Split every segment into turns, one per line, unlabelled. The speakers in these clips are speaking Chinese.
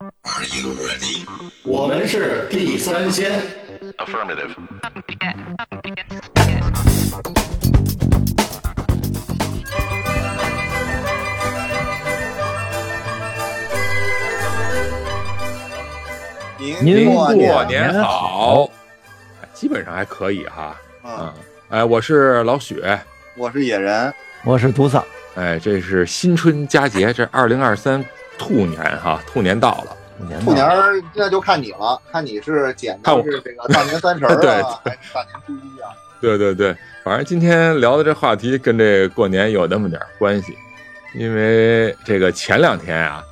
Are you ready?
我们是地三鲜。
Affirmative.
您
过
过
年
年好，哎基本上还可以哈。
啊
嗯！，哎，我是老许，
我是野人，
我是独嗓，
哎，这是新春佳节，这二零二三兔年哈，兔年到了，
兔年儿那就看你了，看你是捡
嗯看
的
我
是这个大年三十 儿
对
啊，还是大年初一啊？
对对对，反正今天聊的这话题跟这过年有那么点儿关系，因为这个前两天啊，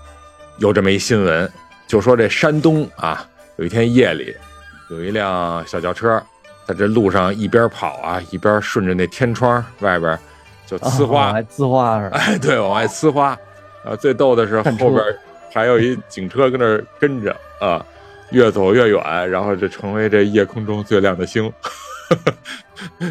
有这么一新闻，就说这山东啊，有一天夜里，有一辆小轿车在这路上一边跑啊，一边顺着那天窗外边就呲花，
还呲花啊是吧？
哎，对，往外呲花。啊，最逗的是
看
后边
车
还有一警车跟那儿跟着啊，越走越远，然后就成为这夜空中最亮的星，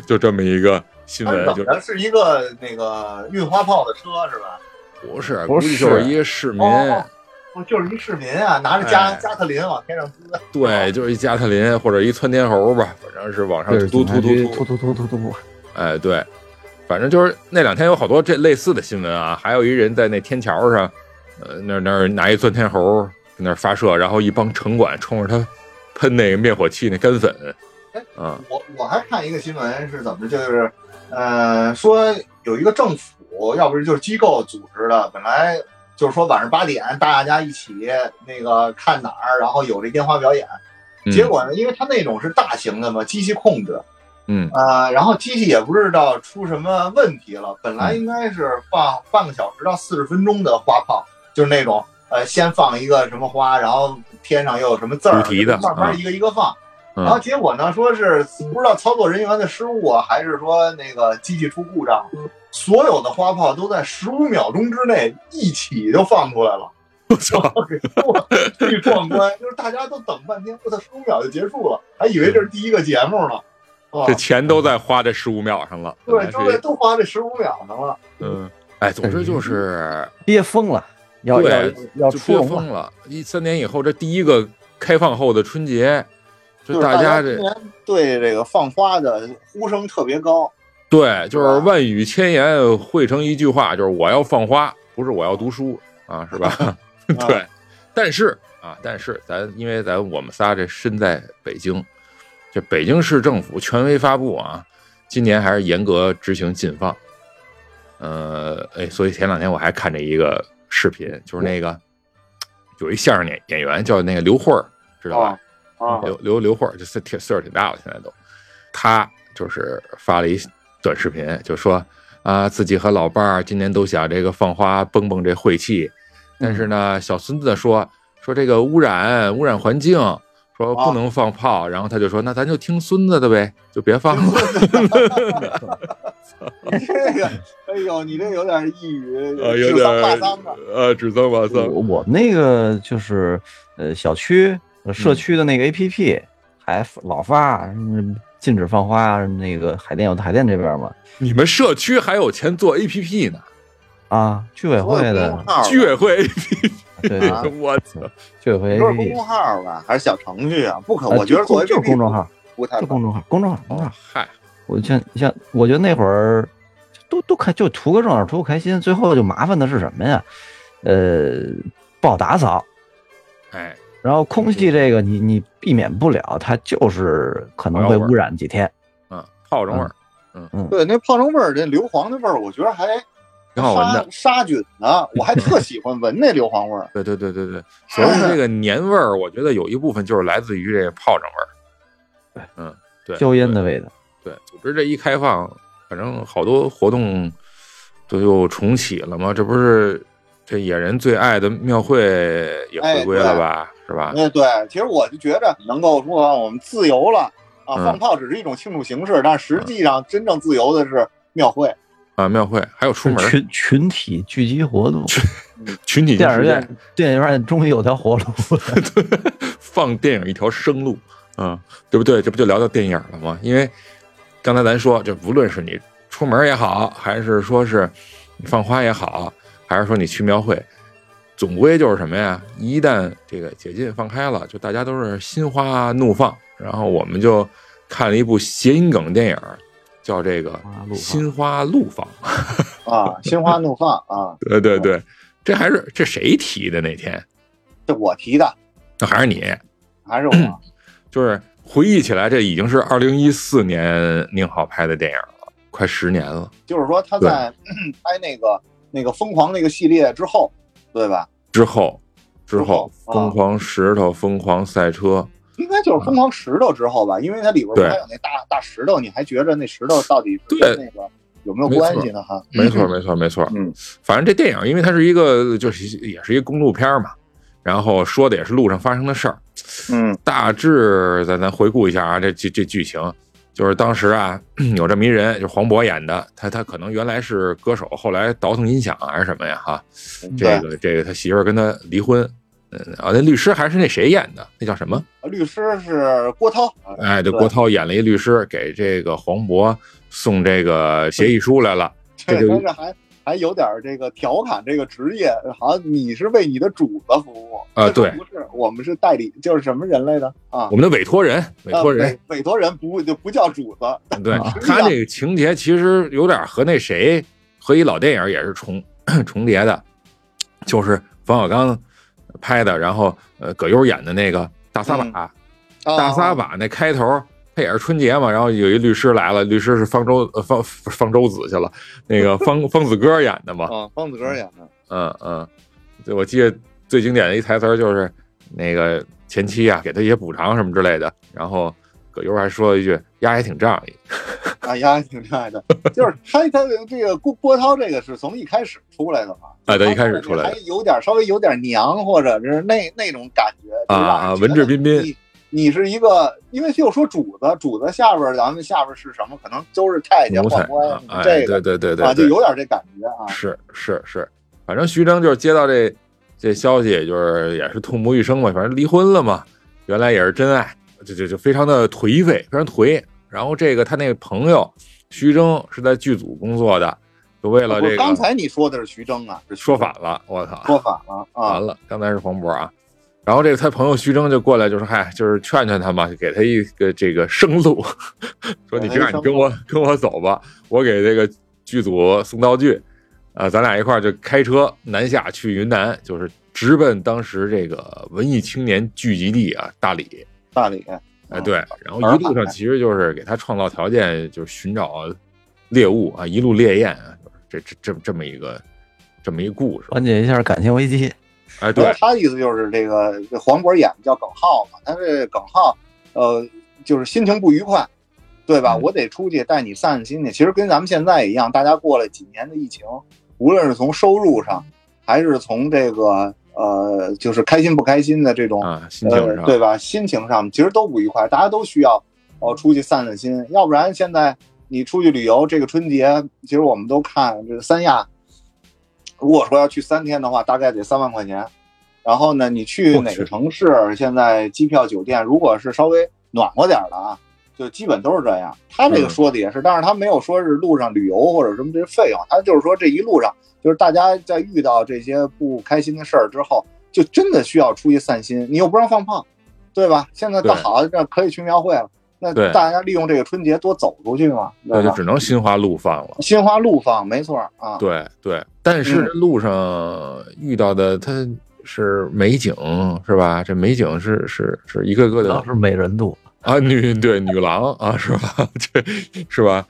就这么一个新闻，
怎
就
么着是一个那个运花炮的车是吧？
不是，
不
估计就是
是
一个市民，
哦不就是一市民啊，拿着加
哎
加特林往天上滋，
对，就是一加特林或者一窜天猴吧，反正是往上
这是
哎突
警察
突突
局突
突
突突突突，
哎，对，反正就是那两天有好多这类似的新闻啊，还有一人在那天桥上，呃，那儿那儿拿一钻天猴在那儿发射，然后一帮城管冲着他喷那个灭火器那干粉
哎，
啊，
我我还看一个新闻是怎么着，就是，呃，说有一个政府，要不是就是机构组织的，本来就是说晚上八点大家一起那个看哪儿，然后有这烟花表演，
嗯
结果呢，因为它那种是大型的嘛，机器控制，
嗯，
呃，然后机器也不知道出什么问题了，本
嗯
来应该是放半个小时到四十分钟的花炮，就是那种呃，先放一个什么花，然后天上又有什么字儿，
主题的
慢慢
嗯
一个一个放。
嗯
然后结果呢，说是不知道操作人员的失误啊，还是说那个机器出故障，所有的花炮都在十五秒钟之内一起就放出来了。
我操，
巨壮观，就是大家都等半天，我操，十五秒就结束了，还以为这是第一个节目呢。哇
这钱都在花这十五秒上了，
对，
本
都
来
在
是一
都花这十五秒上了。
嗯，哎，总之就是
憋疯了，要要
对
要
就
出
憋
笼
疯
了，
了，一三年以后这第一个开放后的春节，
就
就是大
家
家这
今年对这个放花的呼声特别 高，
对，就是
吧
万语千言汇成一句话，就是我要放花，不是我要读书啊，是吧？
嗯
对，但是啊，但是咱因为咱我们仨这身在北京，这北京市政府权威发布啊，今年还是严格执行禁放。呃，哎，所以前两天我还看着一个视频，就是那个有一相声演演员叫那个刘慧儿，知道吧？
啊啊
刘刘刘慧儿，这岁挺岁数挺大了，现在都，他就是发了一短视频，就说啊，自己和老伴儿今年都想这个放花蹦蹦这晦气，但是
嗯
呢，小孙子说说这个污染污染环境，说
啊
不能放炮，然后他就说那咱就听孙子的呗，就别放了。
这个，哎呦，你这有点抑郁，
嗯 呃，有
指
点
桑骂桑的。
呃，指桑骂
我
桑。
我们那个就是呃小区呃社
嗯
区的那个 A P P 还老发什么禁止放花，啊那个海淀有海淀这边嘛
你们社区还有钱做 APP 呢？
啊，居委会
公
的
众号吧
居委会 APP，
对对
啊
对
我操！
居委会
都
A
是
P
公
P，
众号吧，还是小程序啊？不可，
哎呃
我觉得作为
就就是公众号，
不太
就公众号，公众号，公众
哦
号。，
嗨，
我像像我觉得那会儿都都开就图个热闹，图个开心，最后就麻烦的是什么呀？呃，不好打扫，
哎，
然后空气这个你你避免不了，它就是可能会污染几天。
嗯，泡着味儿，
对，那泡成味儿，这硫磺的味儿，我觉得还嗯
挺好闻的。
杀杀菌呢，我还特喜欢闻那硫磺味儿。
对对对对对，所谓这个年味儿，我觉得有一部分就是来自于这个炮仗味儿。嗯，对，
硝烟的味道，
对。对，组织这一开放，反正好多活动都又重启了嘛。这不是这野人最爱的庙会也回归了吧？是吧？
哎，对，其实我就觉着能够说我们自由了啊，
嗯
放炮只是一种庆祝形式，但实际上真正自由的是庙会。
啊，庙会还有出门
群群体聚集活动，
群体性
电影
事件，
院电影院终于有条活路了。
放电影一条生路，啊，对不对？这不就聊到电影了吗？因为刚才咱说，这无论是你出门也好，还是说是你放花也好，还是说你去庙会，总归就是什么呀？一旦这个解禁放开了，就大家都是心花怒放。然后我们就看了一部谐音梗电影，叫这个
花路
《
放
心花怒放》。
啊，心花怒放啊，
对对对，这还是这谁提的那天？
这我提的，
那还是你，
还是
嗯
我
就是回忆起来，这已经是二零一四年宁浩拍的电影了，快十年了。
就是说他在 拍那个那个疯狂那个系列之后，对吧？
之后，之后，
之后啊
疯狂石头、疯狂赛车，
应该就是疯狂石头之后吧，因为它里边不
嗯对
还有那大大石头，你还觉着那石头到底是跟那个有没有
没错
关系呢？哈，
没错，没错，没错。
嗯，
反正这电影，因为它是一个，就是也是一个公路片嘛，然后说的也是路上发生的事儿。
嗯
大致咱咱回顾一下啊，这这这剧情，就是当时啊 有这么一人，就是黄渤演的，他他可能原来是歌手，后来倒腾音响啊还是什么呀哈。
嗯
这个这个他媳妇儿跟他离婚，嗯啊，那律师还是那谁演的，那叫什么？
对，呃律师是郭涛，啊
哎，这
对
郭涛演了一律师，给这个黄渤送这个协议书来了。 这
对，
就
但是还还有点这个调侃这个职业，好像你是为你的主子服务
啊
这
对
不是，我们是代理，就是什么人来着啊
我？们的委托人，委托人，
啊委委托人不就不叫主子，
对
啊
他这个情节其实有点和那谁和一老电影也是重 重叠的，就是冯小刚拍的，然后呃葛优演的那个大撒把。
啊
大撒把那开头，他也是春节嘛，然后有一律师来了，律师是方舟呃方方舟子去了，那个方方子哥演的嘛，
啊，方子哥演的，
嗯嗯，对，我记得最经典的一台词儿就是那个前妻啊，给他一些补偿什么之类的，然后葛优还说了一句“丫还挺仗义
哎呀，挺厉害的， 就是他他这个郭郭涛这个是从一开始出来的嘛，
啊对一开始出来的
还有点稍微有点娘或者是那那种感觉
啊
就让
啊
人觉得
文质彬彬
你你是一个，因为就说主子，主子下边儿咱们下边儿是什么？可能都是太”，监、
奴才
宦官
啊，哎，
哦这
对
个
对对对
啊，就
对，
有点这感觉啊。
是是是，反正徐峥就是接到这这消息，也就是也是痛不欲生嘛，反正离婚了嘛，原来也是真爱，就就就非常的颓废，非常颓。然后这个他那个朋友徐峥是在剧组工作的，就为了
啊不
这
是
个
刚才你说的是徐峥啊，是徐
说
峥
反了，我操，
说反了啊
完了，刚才是黄渤啊。然后这个他朋友徐峥就过来就说：“嗨，就是劝劝他嘛，给他一个这个生路， 说你这样，你跟我跟我走吧，我给这个剧组送道具，啊，咱俩一块儿就开车南下去云南，就是直奔当时这个文艺青年聚集地啊，大理。
大理，
哎，
嗯
对，然后一路上其实就是给他创造条件，就是寻找猎物啊，一路猎艳啊，这这这这么一个这么一故事。
缓解一下感情危机。
哎，对，
他的意思就是这个这黄渤演的叫耿浩嘛，他这耿浩，呃，就是心情不愉快，对吧？
嗯
我得出去带你散散心去。其实跟咱们现在一样，大家过了几年的疫情，无论是从收入上，
嗯
还是从这个呃，就是开心不开心的这种、
啊，心情
呃，
上。
对吧？心情上其实都不愉快，大家都需要哦、出去散散心，要不然现在你出去旅游，这个春节其实我们都看这三亚，如果说要去三天的话，大概得三万块钱。然后呢，你去
我
哪
去
个城市，现在机票、酒店，如果是稍微暖和点儿的啊，就基本都是这样。他这个
嗯
说的也是，但是他没有说是路上旅游或者什么这些费用，他就是说这一路上，就是大家在遇到这些不开心的事儿之后，就真的需要出去散心。你又不让放炮，对吧？现在
对
大好，这可以去庙会了。那
对
大家利用这个春节多走出去嘛，
那
对
就
吧？
只能心花怒放了。
心花怒放，没错儿啊。
对对，但是
嗯
这路上遇到的它是美景是吧？这美景是是是一个个的
当时美人渡，
啊，女对女郎啊是吧？ 这是吧？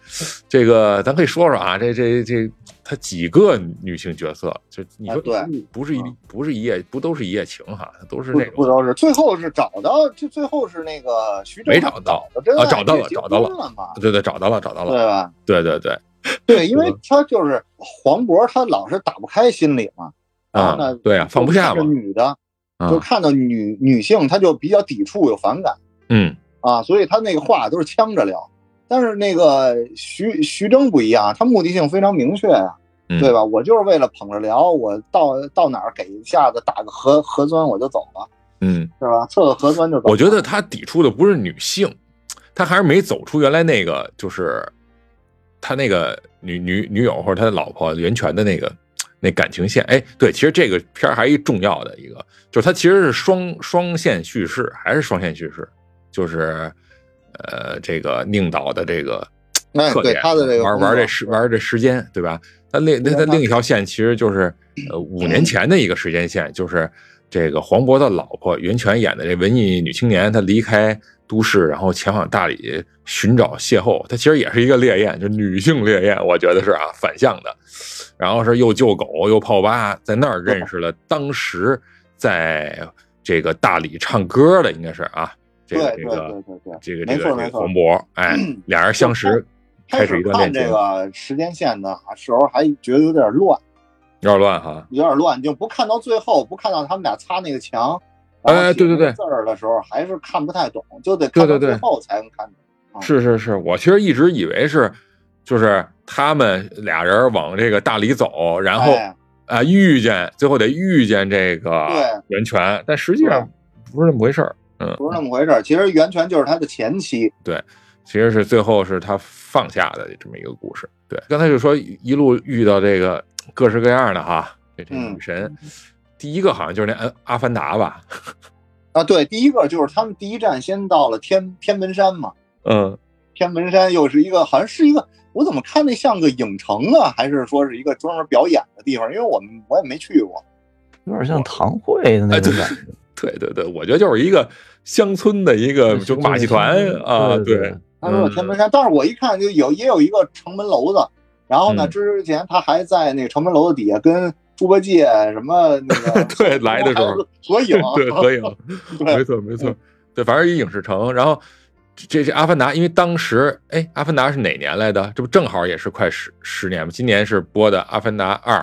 这个咱可以说说啊，这这这它几个女性角色，就你说
啊对
不是一不是一夜不都是一夜情哈，都是
不
那
不
种
都是，最后是找到，就最后是那个徐峥
没找到
找真
啊
爱
找到了
结
找到
婚
了
了嘛，
对对找到了找到
对
了，
吧？
对对对
对，因为他就是黄渤，他老是打不开心里嘛，然
啊
后呢，
对啊，放不下
就
嘛
看着女的
啊
就看到女女性，他就比较抵触，有反感
嗯
啊，所以他那个话都是呛着聊。但是那个徐徐峥不一样，他目的性非常明确呀、
嗯
对吧？我就是为了捧着聊，我到到哪儿给一下子打个核核酸我就走了，
嗯，
是吧？测个核酸就走了。
我觉得他抵触的不是女性，他还是没走出原来那个，就是他那个女女女友或者他的老婆袁泉的那个那感情线。哎，对，其实这个片儿还一重要的一个，就是它其实是双双线叙事，还是双线叙事，就是呃，这个宁导的这个
哎，
特
对
点，
他的这个
玩
风格
玩这时玩这时间，对吧？他另那他另一条线其实就是呃五年前的一个时间线，就是这个黄渤的老婆袁泉演的这文艺女青年，她离开都市，然后前往大理寻找邂逅。她其实也是一个烈焰，就女性烈焰，我觉得是啊反向的。然后是又救狗又泡吧，在那儿认识了当时在这个大理唱歌的，应该是啊这
对对对
个这个
对对对。
这个
没
这个
错
这
没
个
错嗯
黄渤，哎，俩人相识，开
开
始
始
一段
看
恋情
这，个时间线的啊时候，还觉得有点乱，
有点乱哈。
有点乱，就不看到最后，不看到他们俩擦那个墙，
哎
然后写
对对
那个
对
字儿的时候，还是看不太懂，就得看
对
到
对
最
对
后才能看懂。
是是是，我其实一直以为是，就是他们俩人往这个大理走，然后啊、
哎
遇见，最后得遇见这个
对
袁泉，但实际上不是那么回事儿。嗯，
不是那么回事儿，其实袁泉就是他的前妻，
其实是最后是他放下的这么一个故事。对，刚才就说一路遇到这个各式各样的哈，这这
嗯
女神，第一个好像就是那阿《阿凡达》吧？
啊，对，第一个就是他们第一站先到了天天门山嘛，
嗯，
天门山又是一个好像是一个，我怎么看那像个影城啊，还是说是一个专门表演的地方？因为我们我也没去过，
有点像堂会的那
哎
种
对
感 觉，
对对对，我觉得就是一个乡村的一个呃就马戏团啊，
对对，
他说有天门山，但是我一看就有也有一个城门楼子，然后呢，
嗯
之前他还在那个城门楼子底下跟猪八戒什么那个
对来的时候，
合影
对，合影，
对
没错没错，对，反正一影视城，然后这这《阿凡达》，因为当时哎，《阿凡达》是哪年来的？这不正好也是快十十年吗？今年是播的《阿凡达二》，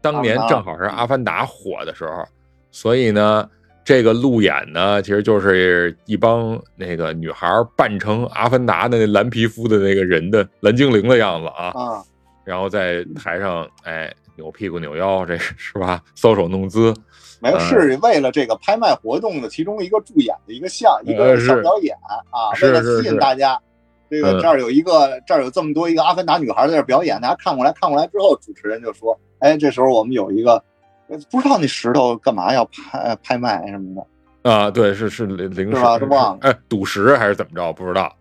当年正好是《阿凡达》火的时候，所以呢，这个路演呢，其实就是一帮那个女孩扮成阿凡达的那蓝皮肤的那个人的蓝精灵的样子啊，
啊，
然后在台上哎扭屁股扭腰，这是吧？搔首弄姿，
没
嗯
有是为了这个拍卖活动的其中一个助演的一个项一
呃
个
是
小表演啊，
是
为了
是
吸
是
引大家。这
嗯
个这儿有一个，这儿有这么多一个阿凡达女孩在这表演，大家看过来，看过来之后，主持人就说：“哎，这时候我们有一个，呃不知道那石头干嘛要拍呃拍卖什么的。
啊，对，是是零零食
是吧都忘了
哎，赌石还是怎么着？不知道。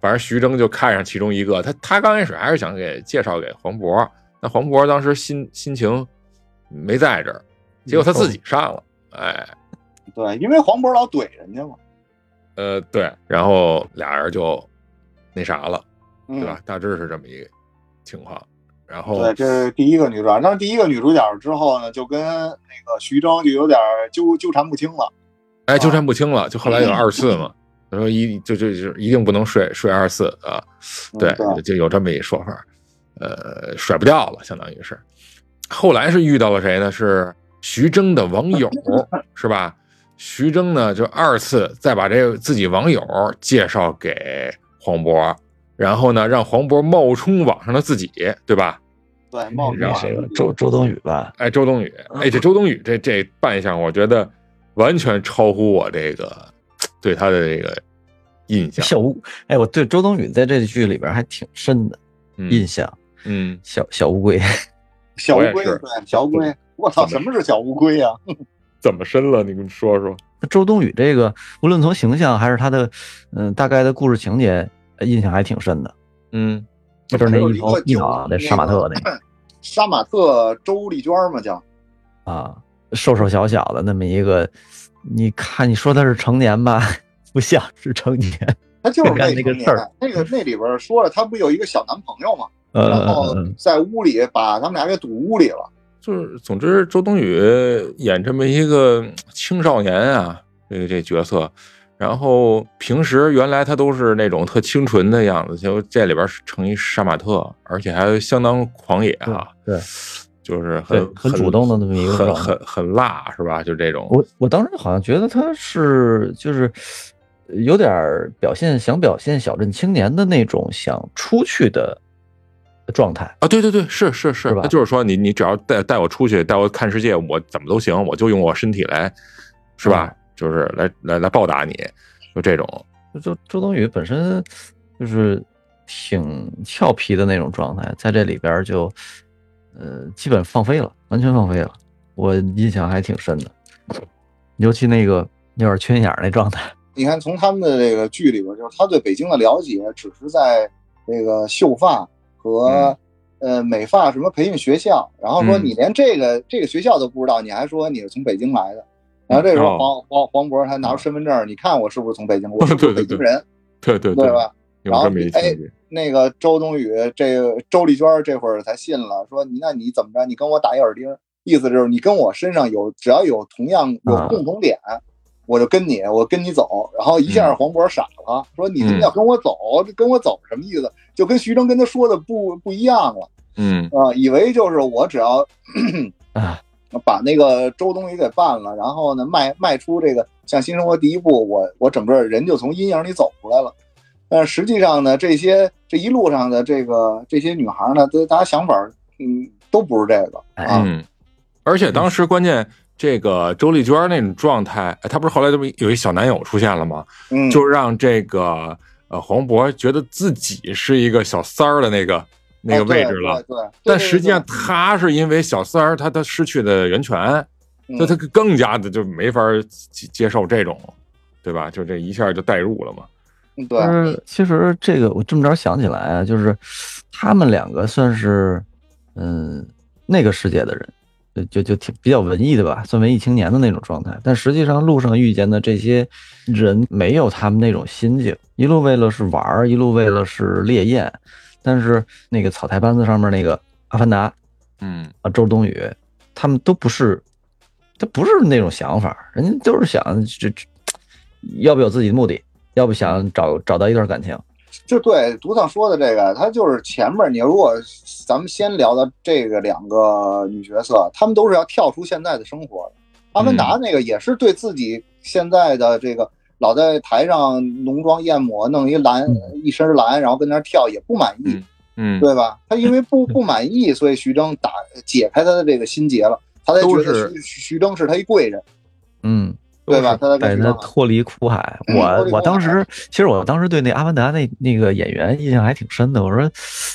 反正徐峥就看上其中一个，他他刚开始还是想给介绍给黄渤，那黄渤当时心心情没在这儿，结果他自己上了，哎，”
对，因为黄渤老怼人家嘛，
呃，对，然后俩人就那啥了，
嗯
对，吧？哦大致是这么一个情况。然后
对，这是第一个女主角。但是第一个女主角之后呢，就跟那个徐峥就有点纠纠缠不清了。
哎，纠缠不清了，就后来有二次嘛，他说一就就就一定不能睡睡二次啊，
嗯
对
对，
就有这么一说法，呃，甩不掉了，相当于是。后来是遇到了谁呢？是徐峥的网友，是吧？徐峥呢，就二次再把这个自己网友介绍给黄渤，然后呢，让黄渤冒充网上的自己，对吧？
对，冒
那
昧
然后
谁了？周周冬雨吧？
哎，周冬雨，哎，这周冬雨这这扮相，我觉得完全超乎我这个对她的这个印 象。
小乌，哎，我对周冬雨在这剧里边还挺深的印
嗯
象，
嗯，
小小乌龟，
小乌
我也
龟，
是
对，小乌龟。我操，什么是小乌龟啊呀、
怎么深了？你跟我说说。
周冬雨这个，无论从形象还是她的，嗯、大概的故事情节，呃印象还挺深的。
嗯，
就是那
有
一头
个
一
就
脑
那
袋杀马特
个
那个
杀马特周丽娟嘛叫，
啊，瘦瘦小小的那么一个，你看你说他是成年吧，不像是成年，
她就是
干
未
那个
成年
事儿。
那个那里边说了，她不有一个小男朋友嘛，然后
呃，
在屋里把他们俩给堵屋里了。
就是总之，周冬雨演这么一个嗯青少年啊，这个这角色，然后平时原来她都是那种特清纯的样子，就这里边是成一杀马特，而且还相当狂野啊，
对对，
就是
对
很
很主动的那么一个
很
状态
很很辣是吧？就这种，
我我当时好像觉得他是就是有点儿表现想表现小镇青年的那种想出去的状态，
啊，对对对，是是是，
是吧
他就是说你你只要带带我出去，带我看世界，我怎么都行，我就用我身体来，
嗯
是吧？就是来来来报答你，就这种。
就周周冬雨本身就是挺俏皮的那种状态，在这里边儿就呃基本放飞了，完全放飞了，我印象还挺深的，尤其那个有点缺心眼儿那状态。
你看，从他们的这个剧里边，就是他对北京的了解，只是在这个秀发和、呃美发什么培训学校，然后说
嗯
你连这个、这个学校都不知道，你还说你是从北京来的。然后这时
哦
候黄、黄黄渤他拿出身份证，你看我是不是从北京？我是不
对
是
对
北京人，
对对
吧？
有这么一
哎
情节，
那个周冬雨，这个周丽娟这会儿才信了，说你那你怎么着？你跟我打一耳钉，意思就是你跟我身上有只要有同样有
啊
共同点，我就跟你，我跟你走。然后一下
嗯
黄渤傻了，说你他妈
嗯
要跟我走，这跟我走什么意思？就跟徐峥跟他说的不不一样了
嗯
啊、以为就是我只要
啊，
把那个周冬雨给办了，然后呢迈迈出这个向新生活第一步，我我整个人就从阴影里走出来了。但实际上呢，这些这一路上的这个这些女孩呢，都大家想法嗯都不是这个啊，
嗯，而且当时关键。这个周丽娟那种状态，哎她不是后来这不有一小男友出现了吗？
嗯，
就让这个呃黄渤觉得自己是一个小三儿的那个那个
啊对
位置了，
对对对
但实际上他是因为小三儿他他失去的源泉，
嗯
那他更加的就没法接接受这种，对吧？就这一下就代入了嘛。
对嗯
嗯
对
但
对
是其实这个我这么着想起来啊，就是他们两个算是嗯那个世界的人，就就就挺比较文艺的吧，算文艺青年的那种状态。但实际上路上遇见的这些人，没有他们那种心境，一路为了是玩儿，一路为了是烈焰。但是那个草台班子上面那个阿凡达，
嗯，
啊，周冬雨，他们都不是，他不是那种想法，人家都是想这这，要不有自己的目的，要不想找找到一段感情。
就对独丧说的这个，他就是前面你如果咱们先聊到这个两个女角色，她们都是要跳出现在的生活的。阿
嗯
凡达那个也是对自己现在的这个老在台上浓妆艳抹，弄一蓝一身蓝，然后跟那儿跳也不满意，
嗯，
对吧？他因为不不满意，所以徐峥打解开他的这个心结了，他才觉
都是
得徐徐峪是他一贵人，
嗯，
对吧？他才
带
跟徐
他
峥好
脱离苦海。
嗯脱
我
离苦
我当
海
时其实我当时对那阿凡达那那个演员印象还挺深的，我说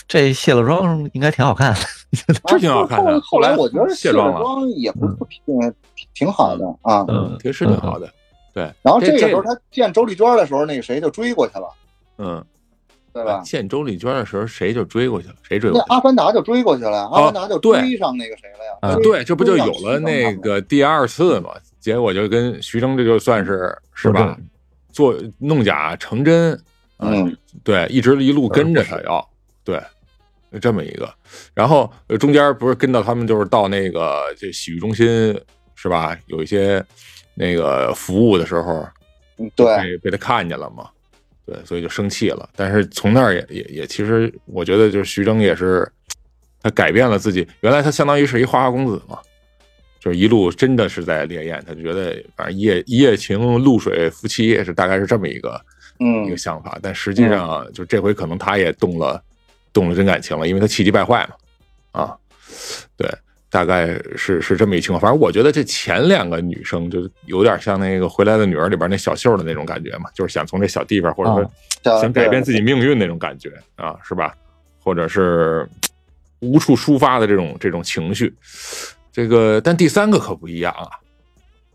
这卸了妆应该挺好看的。
这挺好看的
啊后
后来
我觉得
卸
卸
妆了嗯
妆也不不挺挺好的啊。
嗯，
其实是挺好的。对，
然后这
这
个
这
时候他见周丽娟的时候，那个谁就追过去了，
嗯，
对吧？
见周丽娟的时候，谁就追过去了？谁追过
那
去了？
阿凡达就追过去了，阿凡达就追上那个谁了呀？
啊
哦啊，
追
对，这不就有
追上
了
徐峥他
那
们
个第二次嘛？结果就跟徐峥这就算是是吧，做弄假成真，啊
嗯，
对，一直一路跟着他要，对，就这么一个。然后呃中间不是跟到他们，就是到那个这洗浴中心是吧？有一些那个服务的时候，
嗯对，
被被他看见了嘛，对，所以就生气了。但是从那儿也也也，其实我觉得就是徐峥也是，他改变了自己。原来他相当于是一花花公子嘛，就是一路真的是在烈焰，他觉得反正一夜一夜情、露水夫妻也是大概是这么一个一
嗯
个，想法。但实际上啊就这回可能他也动了动了真感情了，因为他气急败坏嘛，啊，对。大概是是这么一情况，反正我觉得这前两个女生就有点像那个《回来的女儿》里边那小秀的那种感觉嘛，就是想从这小地方或者说
啊
想改变自己命运那种感觉啊，是吧？或者是嘖无处抒发的这种这种情绪，这个但第三个可不一样啊，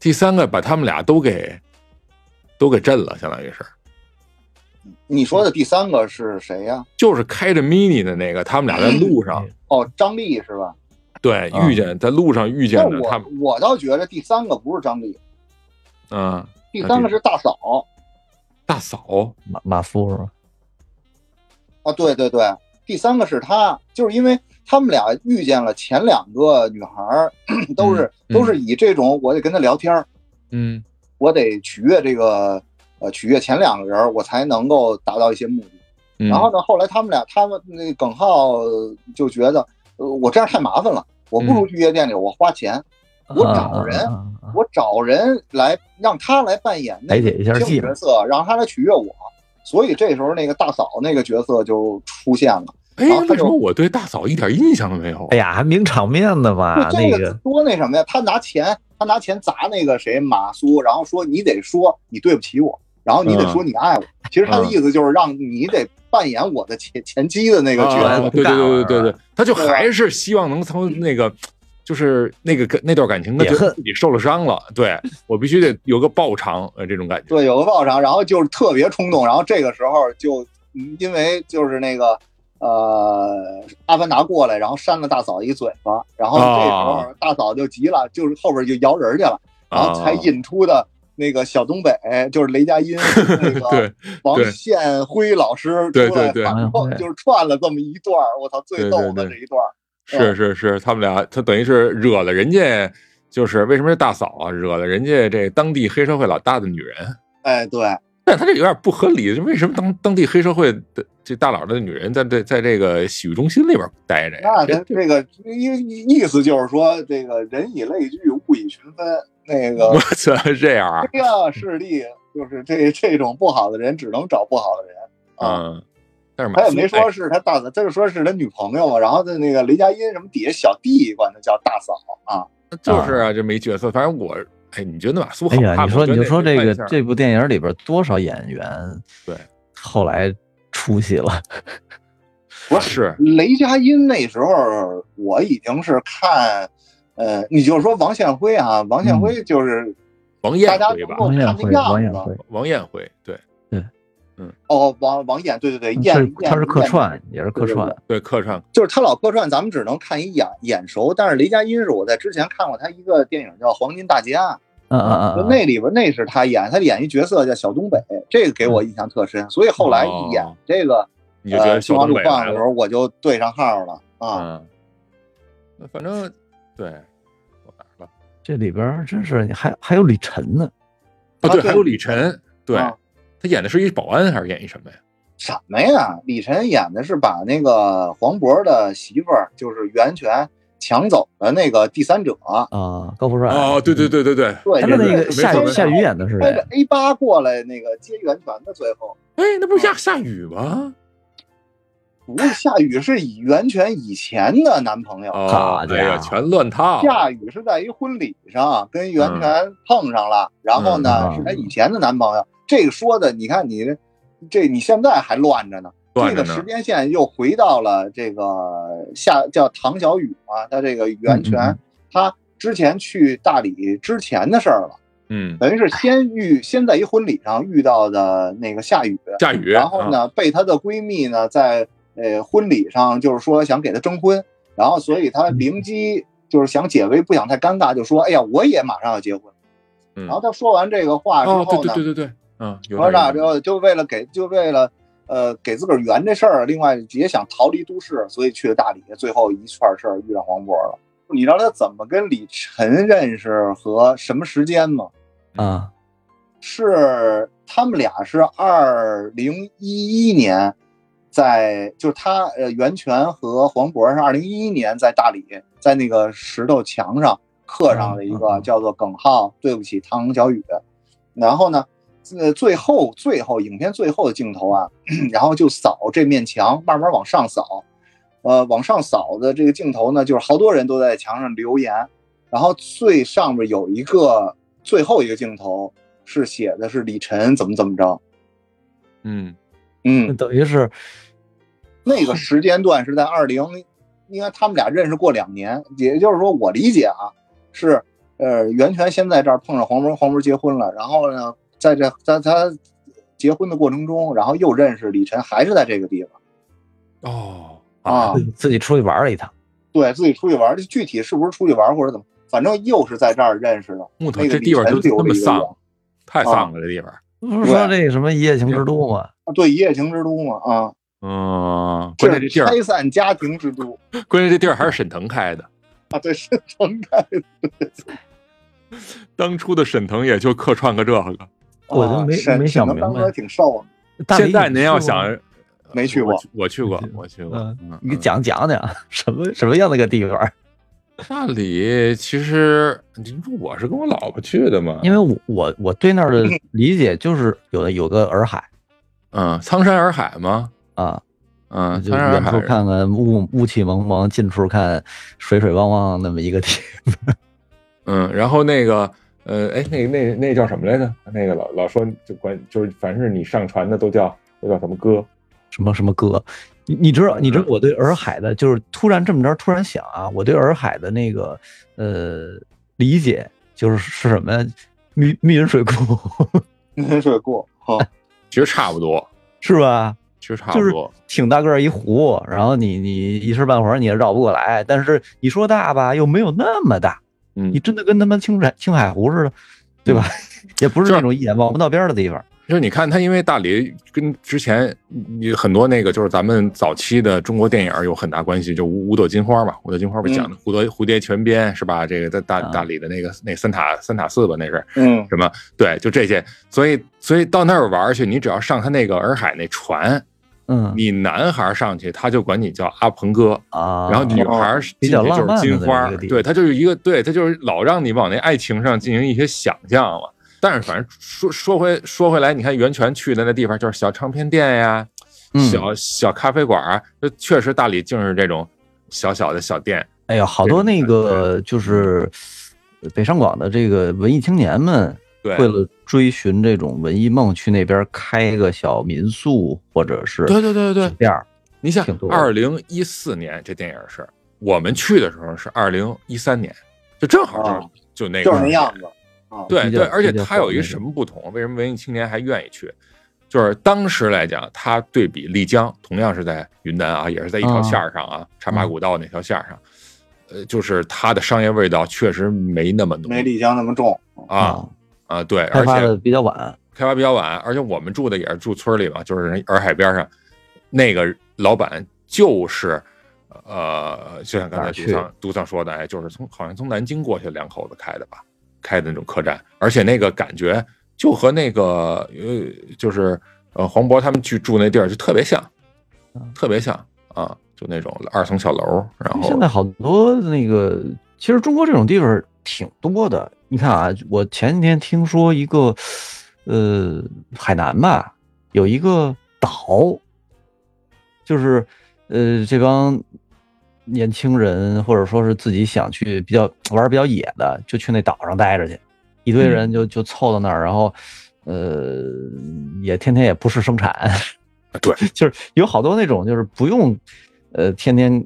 第三个把他们俩都给都给震了，相当于是
己。你说的第三个是谁呀？
就是开着 mini 的那个，他们俩在路上、
嗯
哦，张丽是吧？
对
啊
遇见，在路上遇见
但
的
我
他们，
我倒觉得第三个不是张丽，
嗯，
第三个是大嫂。
大嫂，
马马夫是吧？
哦，对对对，第三个是她，就是因为他们俩遇见了前两个女孩儿，都是
嗯
都是以这种我得跟她聊天儿，
嗯
我得取悦这个呃取悦前两个人儿，我才能够达到一些目的。
嗯，
然后呢，后来他们俩，他们那耿浩就觉得，呃，我这样太麻烦了，我
嗯
不如去夜店里，我花钱，我找人
啊啊啊啊
我找人来让他来扮演那
排解一下
个
寂寞
性角色，让他来取悦我。所以这时候那个大嫂那个角色就出现了。
哎，
然后他
为什
就
么我对大嫂一点印象都没有？
哎呀，还名场面呢嘛，
就
啊那
这
个
个多那什么呀？他拿钱，他拿钱砸那个谁马苏，然后说你得说你对不起我，然后你得说你爱我。其实他的意思就是让你得扮演我的
啊
啊
前前妻的那个角色。
啊对对对对对对，他就
对吧
还是希望能从那个就是那个感那段感情，他
也
觉得
恨
自己受了伤了，对我必须得有个报偿，呃，这种感觉。
对，有个爆场，然后就是特别冲动，然后这个时候就嗯因为就是那个呃，阿凡达过来，然后扇了大嫂一嘴巴，然后这时候大嫂就急了，就是后边就摇人去了，
啊
然后才引出的那个小东北，就是雷佳音那个
啊、对
王
对
宪辉老师
对
出来
对对
反
对
串，就是串了这么一段儿，我操，最
对对
逗的
对
这一段儿。
是是是，他们俩他等于是惹了人家，就是为什么是大嫂啊，惹了人家这当地黑社会老大的女人，
哎，对，
但他这有点不合理，这为什么当当地黑社会的这大佬的女人在这在这个洗浴中心里边待着呀？
那他这个意意思就是说，这个人以类聚，物以群分，那个
我操，这样啊？
黑暗势力就是这这种不好的人，只能找不好的人 啊。
嗯，但是马
他也
苏
没
哎
说是他大嫂，他就说是他女朋友嘛。然后他那个雷佳音什么底下小弟管他叫大嫂啊，
就是啊，这没角色。反正我，哎，你觉得马苏好
哎呀，
看吗？
你说
我觉
你
得
就说
那
这个
扮相
这部电影里边多少演员
对
后来出息了，
不是
啊是
雷佳音那时候我已经是看，呃，你就说王宪辉啊，王
嗯
宪辉就是
王
大
艳
家
辉
能
吧？
够哦看那样子。，
王艳辉，对
哦，王王艳，对对
嗯
对，
是
艳，
嗯他是客
燕
串，也是客
对对
串，
对，客串
就是他老客串，咱们只能看一眼眼熟。但是雷佳音是我在之前看过他一个电影叫《黄金大劫案》。
嗯嗯
啊
就
嗯嗯，
啊那里边那是他演，他演一角色叫小东北，这个给我印象特深，所以后来一演
嗯哦
这个
你就觉得
呃
小
新华
东
路
北
况
来
的时
了，
候，我就对上号了啊。
嗯，那反正对，我哪儿了？
这里边真是你还还有李晨呢，
哦，
啊
对，
对
还有李晨，对
啊
他演的是一保安还是演一什么呀？
什么呀？李晨演的是把那个黄渤的媳妇儿，就是袁泉抢走的那个第三者，
啊，高富帅
哦，对对，对对对，
对
他
就
跟
是
那个
没
夏
错
雨
没
夏
错
雨演的是
开
谁
着？A 八过来那个接袁泉的，最后
哎，那不
嗯
是下下雨吗？
不是夏雨，是以袁泉以前的男朋友。
哦
好，家伙
哎呀，全乱套，
夏雨是在一婚礼上跟袁泉碰上了，然后呢
嗯
是她以前的男朋友。这个说的，你看你这这你现在还乱着呢，
乱着
这个时
呢，
间线又回到了这个夏叫唐小雨嘛，她这个袁泉，
嗯嗯
她之前去大理之前的事儿了，
嗯，
等于是先遇先在一婚礼上遇到的那个夏雨，
下雨，
然后呢，被她的闺蜜呢在呃婚礼上就是说想给她征婚，然后所以她灵机就是想解围，不想太尴尬，就说：“哎呀，我也马上要结婚。”
嗯
然后她说完这个话
啊？
之
哦，对
后呢
对，对对对，嗯，有
说
点
啥
意
之
思
后就为了给就为了呃给自个儿圆这事儿，另外也想逃离都市，所以去了大理，最后一串事儿遇上黄渤了。你知道她怎么跟李晨认识和什么时间吗？
啊，
是他们俩是二零一一年在，就是他呃袁泉和黄渤是二零一一年在大理，在那个石头墙上刻上了一
嗯
个
嗯
叫做“耿浩对不起唐小雨”，然后呢，呃最后最后影片最后的镜头啊， 然后就扫这面墙，慢慢往上扫，呃往上扫的这个镜头呢，就是好多人都在墙上留言，然后最上面有一个最后一个镜头是写的是李晨怎么怎么着，
嗯，
那
嗯，
等于是
那个时间段是在二零，应该他们俩认识过两年，也就是说我理解啊，是呃袁泉先在这儿碰上黄渤，黄渤结婚了，然后呢，在这在他结婚的过程中，然后又认识李晨，还是在这个地方
哦，
啊，
自己出去玩了一趟，
对自己出去玩，具体是不是出去玩或者怎么，反正又是在这儿认识的。
木头
那个
这
李
地方
晨
就
留
这
了
么
一个
丧
网，
太丧了，这地方。
不是说这个什么一夜情之都吗？
啊对，一夜情之都嘛，啊，
嗯，关键这地
是
儿，
拆散家庭之都。
关键这地儿还是沈腾开的。
啊，对，是腾开。
当初的沈腾也就客串个这个。
我就没
啊沈
没想明白
沈腾当时挺瘦啊，
大理
现在您要
你去过
想
吗，
没去过
我，我去过
没去，
我去过。嗯
你给讲讲讲 什么什么样的个地方？
大理其实，你说我是跟我老婆去的嘛，
因为我我我对那儿的
嗯
理解就是有的有个洱海
嗯，苍山洱海嘛，
啊，
嗯，
就
苍山洱
远处
海。
看看雾雾气蒙蒙，近处看水水汪汪那么一个地。
嗯，然后那个，呃，哎，那那那叫什么来着？那个老老说就管就是，凡是你上传的都叫都叫什么歌？
什么什么歌，你你知道，你
嗯
知道我对洱海的，就是突然这么着，突然想啊，我对洱海的那个呃理解就是是什么呀？密密云水库
那水库好，
其实差不多，
是吧？
其实差不多。
挺大个儿一湖，然后你你一时半会儿你也绕不过来，但是你说大吧，又没有那么大，
嗯
你，真的跟他妈青海青海湖似的，对吧？ 也不是那种一眼望不到边儿的地方。
就是你看它，因为大理跟之前你很多那个就是咱们早期的中国电影有很大关系，就五五朵金花嘛，五朵金花不讲的蝴蝶蝴蝶泉边是吧？这个在大
啊
大理的那个那三塔三塔寺吧，那是
嗯
什么？对，就这些。所以所以到那儿玩儿去，你只要上他那个洱海那船，
嗯
你男孩儿上去，他就管你叫阿鹏哥，
啊，
然后女孩儿进去就是金花
比较浪漫的那么一
儿
个，地方
对，它就是一个，对，它就是老让你往那爱情上进行一些想象了。但是反正说说回说回来，你看袁泉去的那地方就是小唱片店呀，
嗯
小小咖啡馆啊，就确实大理竟是这种小小的小店。
哎呀，好多那个就是北上广的这个文艺青年们，
对，
为了追寻这种文艺梦，去那边开个小民宿或者是
对对对对
酒，店儿。
你想
挺多，的
二零一四年这电影是我们去的时候是二零一三年，就正好就、
啊
就那 个
就是那样子，
对
比较
对，而且
比较
它有
火
一个
那
什
种
么不同？为什么文艺青年还愿意去？就是当时来讲，它对比丽江，同样是在云南啊，也是在一条
啊
线儿上啊，茶马古道那条线儿上，呃，就是它的商业味道确实没那么浓
没丽江那么重。
啊啊，对，
开
而
发
且
的比较晚，
开发比较晚，而且我们住的也是住村里嘛，就是人洱海边上，那个老板就是。呃，就像刚才
哪儿
杜
去
桑杜桑说的，哎，就是从好像从南京过去两口子开的吧，开的那种客栈，而且那个感觉就和那个呃，就是呃黄渤他们去住那地儿就特别像
嗯，
特别像啊，就那种二层小楼，然
因
后
为现在好多那个，其实中国这种地方挺多的。你看啊，我前几天听说一个，呃，海南吧，有一个岛，就是呃，这帮年轻人或者说是自己想去比较玩儿比较野的，就去那岛上待着去，一
嗯
堆人就就凑到那儿，然后呃，也天天也不是生产，
啊对，
就是有好多那种就是不用呃天天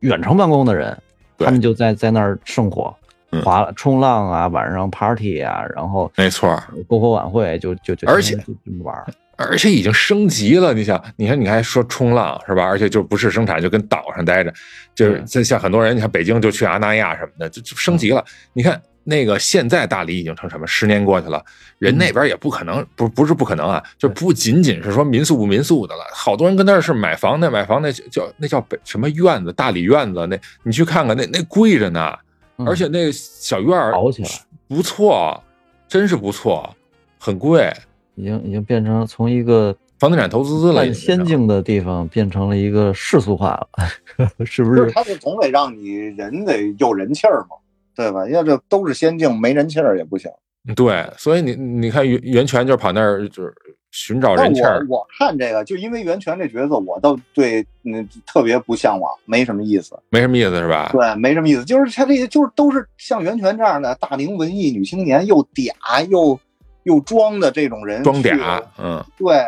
远程办公的人，
对
他们就在在那儿生活
嗯，
滑冲浪啊，晚上 party 啊，然后呃
没错儿，
篝火晚会就就就
而且
天天就这么玩儿，
而且已经升级了。你想，你看，你还说冲浪是吧？而且就不是生产，就跟岛上待着，就是
嗯
这像很多人，你看北京就去阿那亚什么的，就就升级了。你看那个现在大理已经成什么？十年过去了，人那边也不可能，不不是不可能啊，就不仅仅是说民宿不民宿的了，好多人跟那儿是买房的，买房那叫那叫北什么院子，大理院子那，你去看看那那贵着呢，
嗯
而且那个小院儿
搞起来
不错，真是不错，很贵。
已经已经变成从一个
房地产投资了已
半
经是，
仙境的地方变成了一个世俗化了， 是不
就是
是？
他就总得让你人得有人气儿嘛，对吧？要这都是仙境，没人气儿也不行。
嗯对，所以你你看袁袁泉就跑那儿就是寻找
但
人气
我
儿，
我看这个，就因为袁泉这角色，我倒对嗯特别不向往，没什么意思。
没什么意思是吧？
对，没什么意思。就是他这些，就是都是像袁泉这样的大龄文艺女青年，又嗲又又装的这种人，
装嗲，，嗯，
对，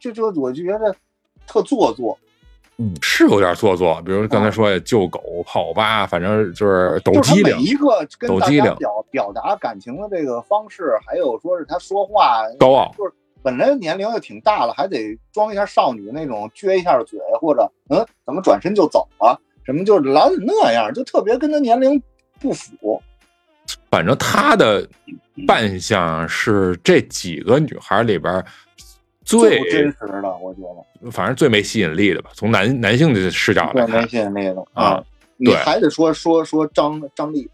这这这，我就觉得特做作。
是有点做作。比如刚才说的救狗、泡吧，反正就是抖
啊就是
机
他
灵
每。一个跟
抖
大
机
家
灵
表表达感情的这个方式，还有说是他说话
高傲，
本来年龄就挺大了，还得装一下少女那种撅一下嘴，或者嗯，怎么转身就走啊？什么就是老得那样，就特别跟他年龄不符。
反正她的扮相是这几个女孩里边儿
最不真
最，
实的，我觉得
反正最没吸引力的吧。从男男性的视角来
对没
看，
吸引力的
啊。
你
对
还得说说说张张丽，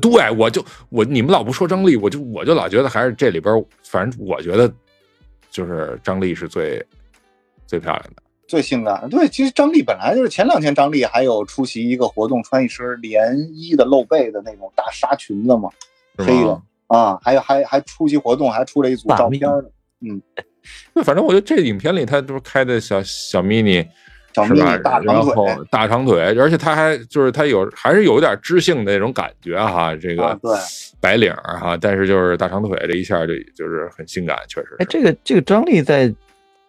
对我就我你们老不说张丽，我就我就老觉得还是这里边儿，反正我觉得就是张丽是最最漂亮的。
最性感。对，其实张丽本来就是前两天张丽还有出席一个活动，穿一身连衣的露背的那种大纱裙子嘛，
是
黑
吗
的？啊，还有还还出席活动，还出了一组
大
照
蜜
片儿呢，
对，反正我觉得这影片里他都是开的小小 mini
小
是
蜜
吧？
大
然
长腿
后大长腿，而且他还就是他有还是有点知性的那种感觉哈，这个
啊对
白领儿哈，但是就是大长腿这一下就就是很性
哎
感，确实是。
哎，这个这个张力在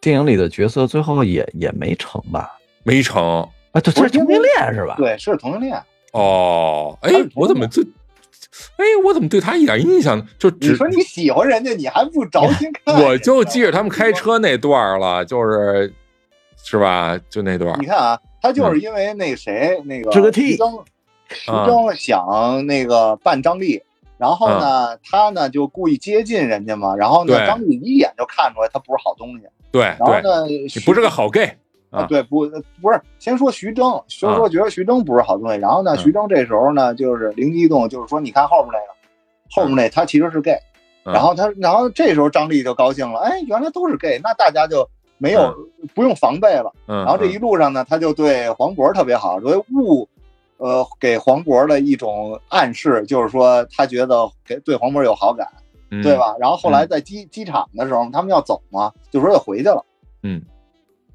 电影里的角色最后也也没成吧？
没成
啊，对，这
不是
是同性恋是吧？
对，是同性恋。
哦。哎
他们，
我怎么这？哎，我怎么对他一点印象？就
你
只
说你喜欢人家，你还不着心看？
我就记着他们开车那段儿了，就是是吧？就那段儿
你看啊，他
嗯
就是因为那谁、那个
是个 T
徐 峥，徐峥想那个扮张力，然后呢，他呢就故意接近人家嘛，然后呢，
嗯对
张力一眼就看出来他不是好东西，
对
然后
对，
呢，
你
徐
不是个好 gay，
啊
啊，
对，不不是，先说徐峥，先说觉得徐峥不是好东西，然后呢，
嗯
徐峥这时候呢就是灵机一动，就是说你看后面那个，后面那他其实是 gay，、
嗯
然后他然后这时候张力就高兴了，哎，原来都是 gay，那大家就没有、不用防备了。
嗯，
然后这一路上呢，他就对黄渤特别好，所以误，呃，给黄渤的一种暗示，就是说他觉得给对黄渤有好感，
嗯
对？吧？然后后来在机、机场的时候，他们要走嘛，就说就回去了，
嗯。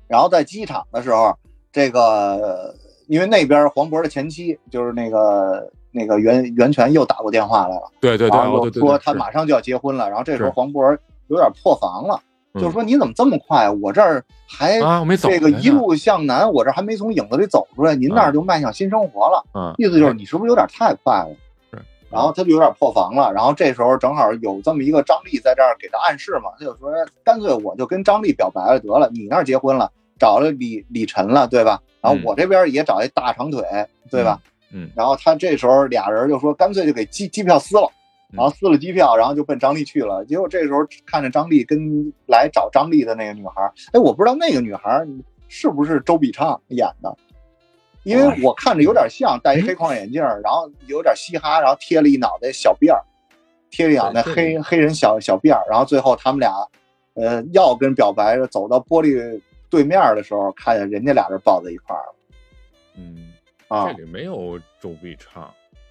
然后在机场的时候，这个因为那边黄渤的前妻就是那个那个袁袁泉又打过电话来了，
对对对，
然
哦
后就
对对
说
对，
他
是
马上就要结婚了，然后这时候
是
黄渤有点破防了，
嗯
就说你怎么这么快？我这儿还
啊，啊我没走
哎这个
呢
一，路向南，我这还没从影子里走出来，您那儿就迈向新生活了。
嗯，
意思就是你是不是有点太快了
是？
然后他就有点破防了。然后这时候正好有这么一个张力在这儿给他暗示嘛，他就说干脆我就跟张力表白了得了，你那儿结婚了，找了李李晨了，对吧？然后我这边也找一大长腿，对吧？
嗯嗯
然后他这时候俩人就说干脆就给机机票撕了。
嗯
然后撕了机票，然后就奔张力去了。结果这时候看着张力跟来找张力的那个女孩，哎，我不知道那个女孩是不是周笔畅演的，因为我看着有点像，戴一黑框眼镜儿，然后有点嘻哈，然后贴了一脑袋小辫儿，贴了一脑袋
对
黑黑人小小辫儿，然后最后他们俩，呃，要跟表白走到玻璃对面的时候，看见人家俩人抱在一块儿了
嗯，
啊
这，里没有周笔畅，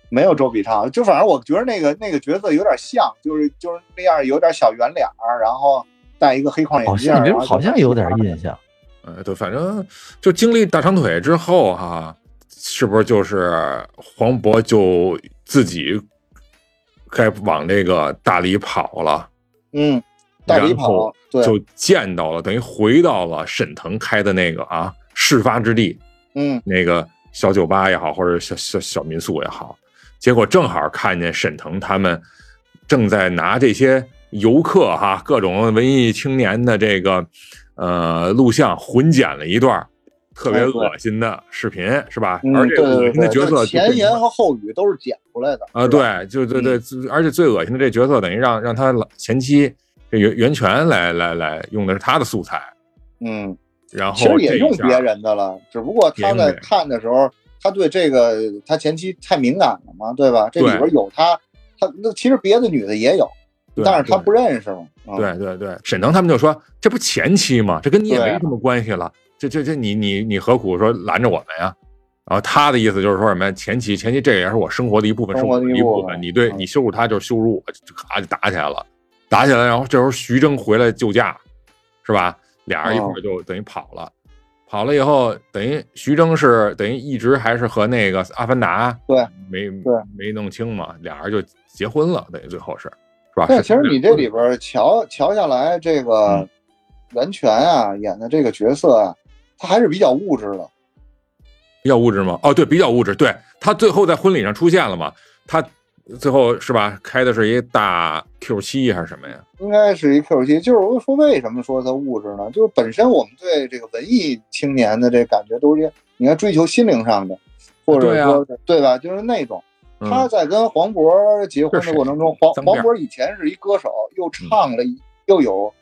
没有周笔畅，就反正我觉得那个那个角色有点像，就是就是那样有点小圆脸儿，然后戴一个黑框眼
好
镜
像
儿，
哦你这
然后就
好像有点印象，
呃，对，反正就经历大长腿之后哈、是不是就是黄渤就自己该往这个大理跑了，
嗯，戴礼
然后
跑，对，
就见到了，等于回到了沈腾开的那个啊事发之地，
嗯。
那个小酒吧也好，或者小小小民宿也好，结果正好看见沈腾他们正在拿这些游客哈，各种文艺青年的这个呃录像混剪了一段特别
哎对
恶心的视频，是吧？
嗯，
而这
对对
个恶心的
对，
角色
这
就
前言和后语都是嗯剪出来的
啊，，对，就对对，就而且最恶心的这角色等于让让他老前妻这袁袁泉来来来用的是他的素材，
嗯，
然后
其实
这
也
一
用
下
别人的了，只不过他
也用别
在
人
看的时候，他对这个他前期太敏感了嘛，对吧？这里
对
边有他，他那其实别的女的也有，
对
但是他
对
不认识嘛，嗯，
对啊对对，沈腾他们就说这不前妻吗？这跟你也
对
没
啊
什么关系了，这这这你你你何苦说拦着我们呀？然后他的意思就是说什么呀前妻前妻这也是我生活的一部分，
生
生
活
活
的
的
一
一
部分
部分，你对
嗯
你羞辱他就是羞辱我，就咔就打起来了，打起来，然后这时候徐峥回来救驾，是吧？俩人一
啊
块儿就等于跑了，跑了以后等于徐峥是等于一直还是和那个阿凡达
对
没
对
没弄清嘛，俩人就结婚了，等于最后是是吧？
但
是嗯
其实你这里边瞧瞧下来，这个袁泉啊演的这个角色啊，他还是比较物质的，
比较物质吗？哦，对，比较物质。对他最后在婚礼上出现了嘛？他最后是吧？开的是一大 Q 七还是什么呀？
应该是一 Q 七，就是我说为什么说它物质呢？就是本身我们对这个文艺青年的这感觉都是，你看追求心灵上的，或者
对啊
说是对吧？就是那种
嗯
他在跟黄渤结婚的过程中，黄
咱
黄
们这
渤以前是一歌手，又
嗯
唱了又有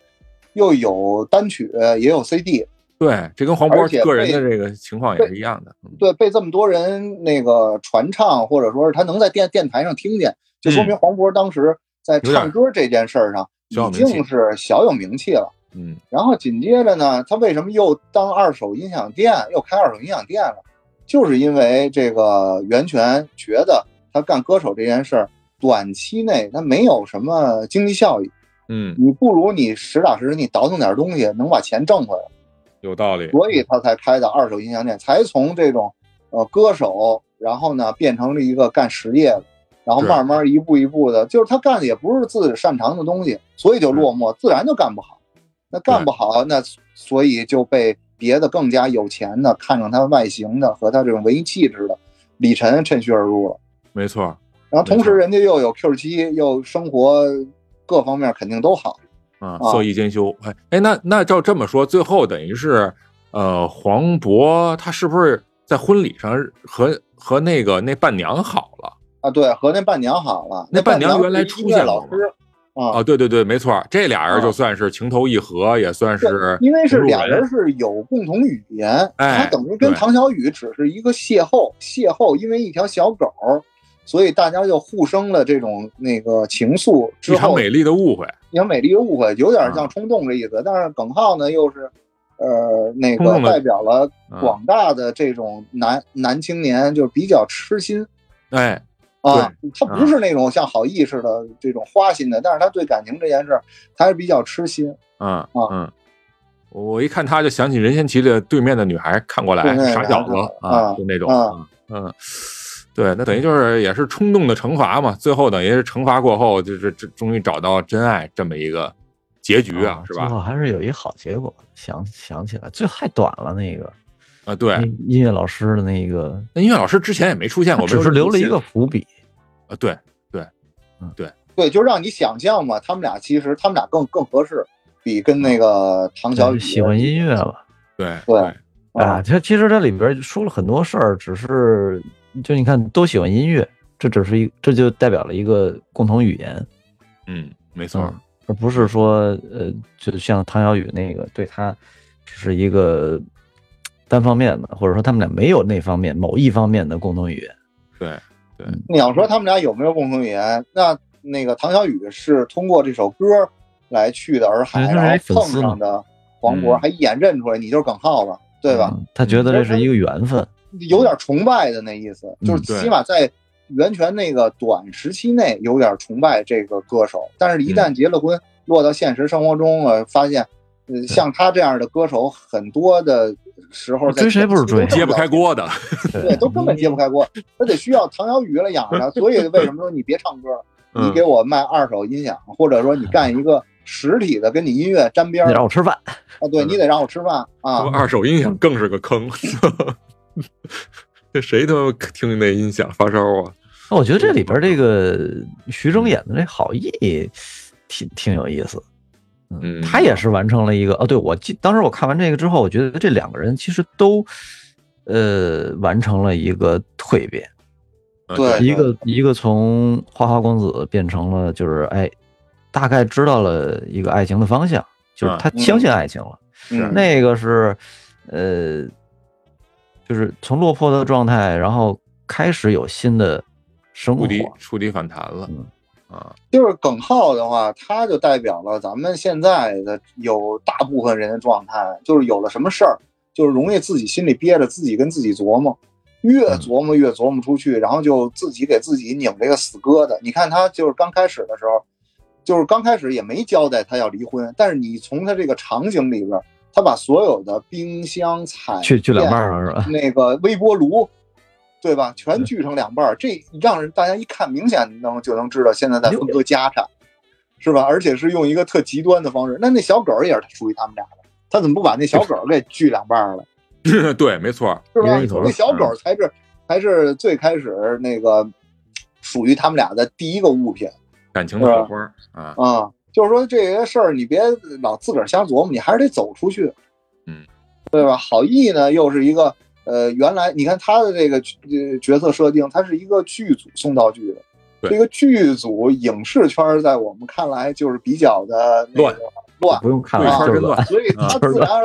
又有单曲，也有 CD，
对，这跟黄
而且
渤个人的这个情况也是一样的。嗯
对，被这么多人那个传唱，或者说是他能在电电台上听见，就说明黄渤当时在
嗯有点
唱歌这件事儿上
小有
已
名气
经是小有名气了。
嗯，
然后紧接着呢，他为什么又当二手音响店，又开二手音响店了？就是因为这个袁泉觉得他干歌手这件事儿，短期内他没有什么经济效益，
嗯，
你不如你实打实你倒腾点东西，能把钱挣回来。
有道理。
所以他才开的二手音响店，才从这种呃歌手，然后呢变成了一个干实业的，然后
对
慢慢一步一步的，就是他干的也不是自己擅长的东西，所以就落寞，自然就干不好。那干不好，那所以就被别的更加有钱的，看上他外形的和他这种文艺气质的，李晨趁虚而入了。
没错，
然后同时
没错
人家又有 Q 七，又生活各方面肯定都好。
啊，
啊
色艺兼修。哎哎，那那照这么说，最后等于是，呃，黄渤他是不是在婚礼上和和那个那伴娘好了？
啊，对，和那伴娘好了。
那
伴
伴娘原来
是
出
音乐
现
老
过吗
师啊
啊，，对对对，没错，这俩人
啊
就算是情投意合，也算是
因为是俩
同
人
路
是有共同语言，
哎
他等于跟
对
唐小雨只是一个邂逅，邂逅因为一条小狗，所以大家就互生了这种那个情愫
一
之
场
后，
美丽的误会，
一场美丽的误会，有点
啊
像冲动这意思。但是耿浩呢，又是呃那
冲
个
动的
代表了
啊
广大的这种男男青年，就是比较痴心。
哎，
啊，他不是那种像好意似的这种花心的，但是他对感情这件事儿，他还比较痴心。
嗯
啊
嗯，我一看他就想起任贤齐的对面的女孩看过来
对面
傻
的
小
女孩
子
啊
就那种
啊
嗯。对，那等于就是也是冲动的惩罚嘛，最后等于是惩罚过后，就是这终于找到真爱这么一个结局啊，是
哦最
吧？
后还是有一好结果。想想起来，最后太短了那个
啊，对，
那音乐老师的那个，
那音乐老师之前也没出现
嗯他
过，
只是
没有
留了一
出
个
现
伏笔。
啊，对，
对，就让你想象嘛，他们俩其实他们俩更更合适，比跟那个唐小雨
呃喜欢音乐了。
对
对
啊，
啊，
它其实这里边说了很多事儿，只是就你看都喜欢音乐，这只是一，这就代表了一个共同语言，
嗯，没错，
嗯，而不是说呃，就像唐小雨那个对他只是一个单方面的，或者说他们俩没有那方面某一方面的共同语言。
对，
你要说他们俩有没有共同语言，那那个唐小雨是通过这首歌来去的洱海，
对他是
然
一
后
粉丝
碰
嘛
上的黄渤，
嗯
还一眼认出来你就是耿浩了，对吧？嗯
嗯他觉得这是一个缘分，
有点崇拜的那意思，
嗯
就是
对
起码在袁泉那个短时期内有点崇拜这个歌手，但
嗯
是一旦结了婚，落到现实生活中了，发现，呃，像他这样的歌手，很多的时候在
追谁不是追
前期都
揭不开锅
啊
的，
对，都根本揭不开 锅，他得需要唐小雨来养着他，所以为什么说你别唱 歌，你
嗯
给我卖二手音响，或者说你干一个实体的，跟你音乐沾边
你嗯
儿
让我吃饭，
啊，对你得让我吃饭啊，
二手音响更是个坑，
嗯
这谁他妈听那音响发烧啊？
那我觉得这里边这个徐峥演的这郝毅挺挺有意思，
嗯
他也是完成了一个哦，对我记当时我看完这个之后，我觉得这两个人其实都呃完成了一个蜕变，
啊
对
一个一个从花花公子变成了就是哎，大概知道了一个爱情的方向，就是他
嗯
相信爱情了，
嗯
那个是呃就是从落魄的状态，然后开始有新的生活
触。底触底反弹了
嗯
啊，
就是耿浩的话，他就代表了咱们现在的有大部分人的状态，就是有了什么事儿，就是容易自己心里憋着，自己跟自己琢磨，越
嗯
琢磨越琢磨出去，然后就自己给自己拧这个死疙瘩。你看他就是刚开始的时候，就是刚开始也没交代他要离婚，但是你从他这个场景里边儿，他把所有的冰箱、彩
去去两
电
半儿了是吧？
那个微波炉，对吧？全锯成两半儿，这让人大家一看，明显能就能知道现在在分割家产，是吧？而且是用一个特极端的方式。那那小狗儿也是属于他们俩的，他怎么不把那小狗儿给锯两半儿 了？
嗯对，没错，
是
一
吧
人一头？嗯
那小狗儿才是才是最开始那个属于他们俩的第一个物品
感情的火花儿啊，
啊。就是说这些事儿，你别老自个儿瞎琢磨，你还是得走出去。
嗯
对吧？郝毅呢，又是一个呃，原来你看他的这个呃角色设定，他是一个剧组送道具的，
对
这个剧组影视圈儿在我们看来就是比较的那个乱，
不用看
对
了，
圈
就
真
是
乱，
所以他
啊
自然而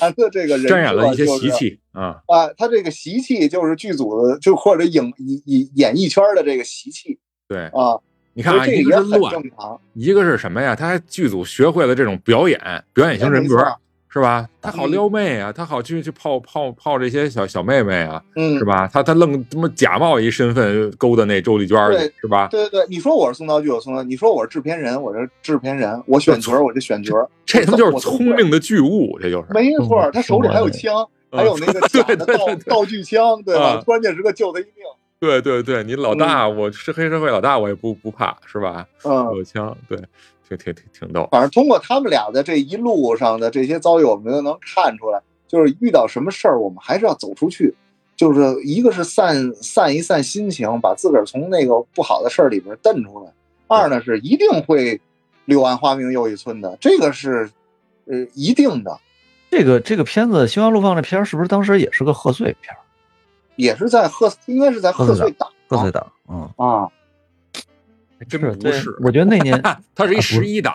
然的这个人设
沾染了一些
就是
习气啊，
啊，他这个习气就是剧组的就或者影演演演艺圈儿的这个习气
对，
啊，
你看
所
啊，
以这
一
个也
个是
很
乱，
正常。
一个是什么呀？他还剧组学会了这种表演，表演型人格
没错嗯
是吧？他好撩妹啊，他好去去泡泡泡这些小小妹妹啊，
嗯
是，吧？他他愣他妈假冒一身份勾搭那周丽娟儿去
对，
是吧？
对对对，你说我是送道具，我送道具；你说我是制片人，我是制片人；我选角儿，我就选角儿。
这他妈就是
我都
聪明的巨物，这就是
没错儿，
嗯
他手里还有枪，还有那个假的
对对
道
对对
道具枪，对吧
啊？
关键时刻救他一命。
对对对，你老大，我是黑社会老大，我也不不怕，是吧？
嗯，
有枪，对，挺挺挺挺逗，
反正通过他们俩的这一路上的这些遭遇，我们就能看出来，就是遇到什么事儿，我们还是要走出去。就是一个是散散一散心情，把自个儿从那个不好的事儿里边蹬出来；二呢是一定会柳暗花明又一村的，这个是呃一定的，
这个这个片子《心花怒放》这片儿是不是当时也是个贺岁
啊
片儿？
也是在贺应该是在贺岁档
贺岁档，嗯，
啊，
还真不
对
是，
我觉得那 年
它
啊
是一
不
十
是
一档，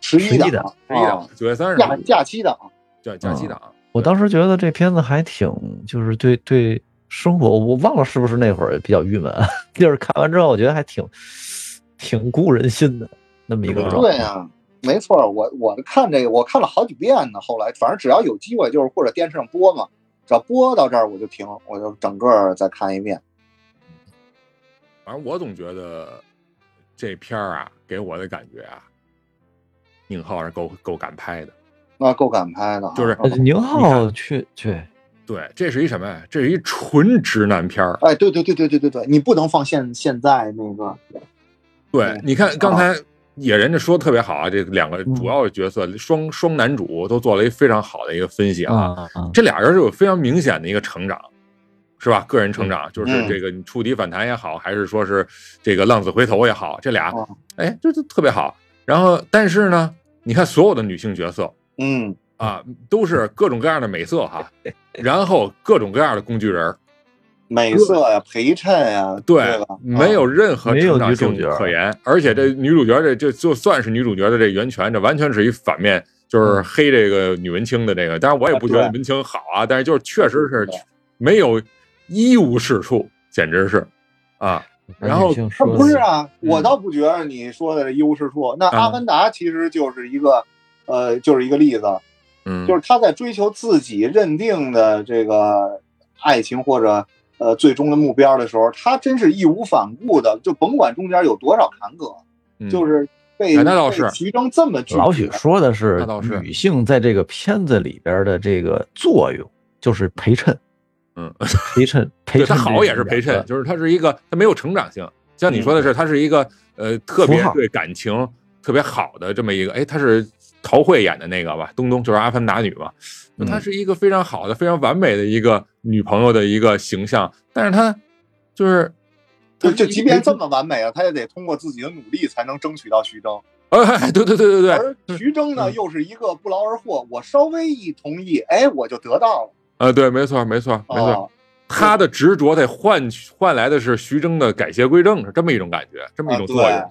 十一档
11档
十一档
啊，
九月三十
假
日
假期档，
假假期
嗯
档。
我当时觉得这片子还挺，就是对对生活，我忘了是不是那会儿比较郁闷，啊 就是看完之后我觉得还挺挺鼓舞人心的那么一个
嗯
状
对
态。
啊，没错儿，我我看这个我看了好几遍呢。后来反正只要有机会，就是或者电视上播嘛，只要播到这儿我就停，我就整个儿再看一遍。
反正我总觉得这片儿啊，给我的感觉啊，宁浩是够够敢拍的。
那够敢拍的啊，
就是
呃宁
你
浩
看
去去，
对，这是一什么呀？这是一纯直男片儿。
哎，对对对对对对对，你不能放现现在那个，
对
嗯，
你看刚才野人这说的特别好啊，这两个主要角色双双男主都做了一非常好的一个分析啊。
啊啊！
这俩人是有非常明显的一个成长，是吧？个人成长，就是这个你触底反弹也好，还是说是这个浪子回头也好，这俩
哦
哎，这就特别好。然后，但是呢，你看所有的女性角色
嗯，
啊，都是各种各样的美色哈，然后各种各样的工具人儿，
美色呀、陪衬呀，对吧？啊
没有任何
没有
成长
女主
性
角
可言。而且这女主角这这就算是女主角的这源泉，这完全是一反面，就是黑这个女文青的这个。当然我也不觉得
嗯啊对
文青好啊，但是就是确实是
对
没有一无是处，简直是啊。然后
那
说
不是啊，
嗯
我倒不觉得你说的这一无是处。那《
嗯
阿凡达》其实就是一个，呃，就是一个例子，
嗯，
就是他在追求自己认定的这个爱情或者呃最终的目标的时候，他真是义无反顾的，就甭管中间有多少坎坷，
嗯
就是被
哎那倒是
被提升这么具体。
老许说的是
那倒是
女性在这个片子里边的这个作用，就是陪衬，
嗯，
陪衬陪
对
衬这
他
两个，
好也是陪衬，就是他是一个他没有成长性。像你说的是，他是一个呃特别
嗯符号
对感情特别好的这么一个，哎，他是陶慧演的那个吧，东东就是阿凡达女嘛，就
嗯
她是一个非常好的、非常完美的一个女朋友的一个形象，但是她就是
就就即
哎
便这么完美啊，他也得通过自己的努力才能争取到徐峥。
哎， 对对对对嗯对，
而徐峥呢，又是一个不劳而获，我稍微一同意，哎，我就得到了。
呃，对，没错没错没错，
哦，
她的执着得换取换来的是徐峥的改邪归正，是这么一种感觉，这么一种
啊
作用。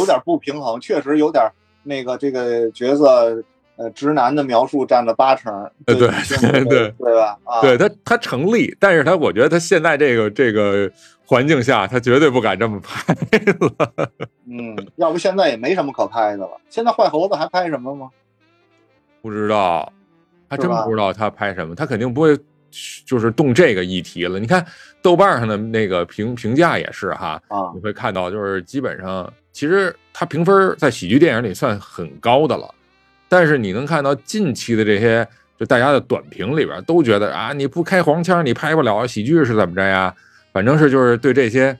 有点不平衡，确实有点那个这个角色。呃，直男的描述占了八成，
呃对
对
对
对吧？啊，
对他，他成立，但是他我觉得他现在这个这个环境下，他绝对不敢这么拍了。
嗯，要不现在也没什么可拍的了。现在坏猴子还拍什么吗？
不知道，还真
是吧
不知道他拍什么，他肯定不会就是动这个议题了。你看豆瓣上的那个评评价也是哈，
啊
你会看到就是基本上其实他评分在喜剧电影里算很高的了，但是你能看到近期的这些就大家的短评里边都觉得啊你不开黄腔你拍不了喜剧是怎么着呀？反正是就是对这些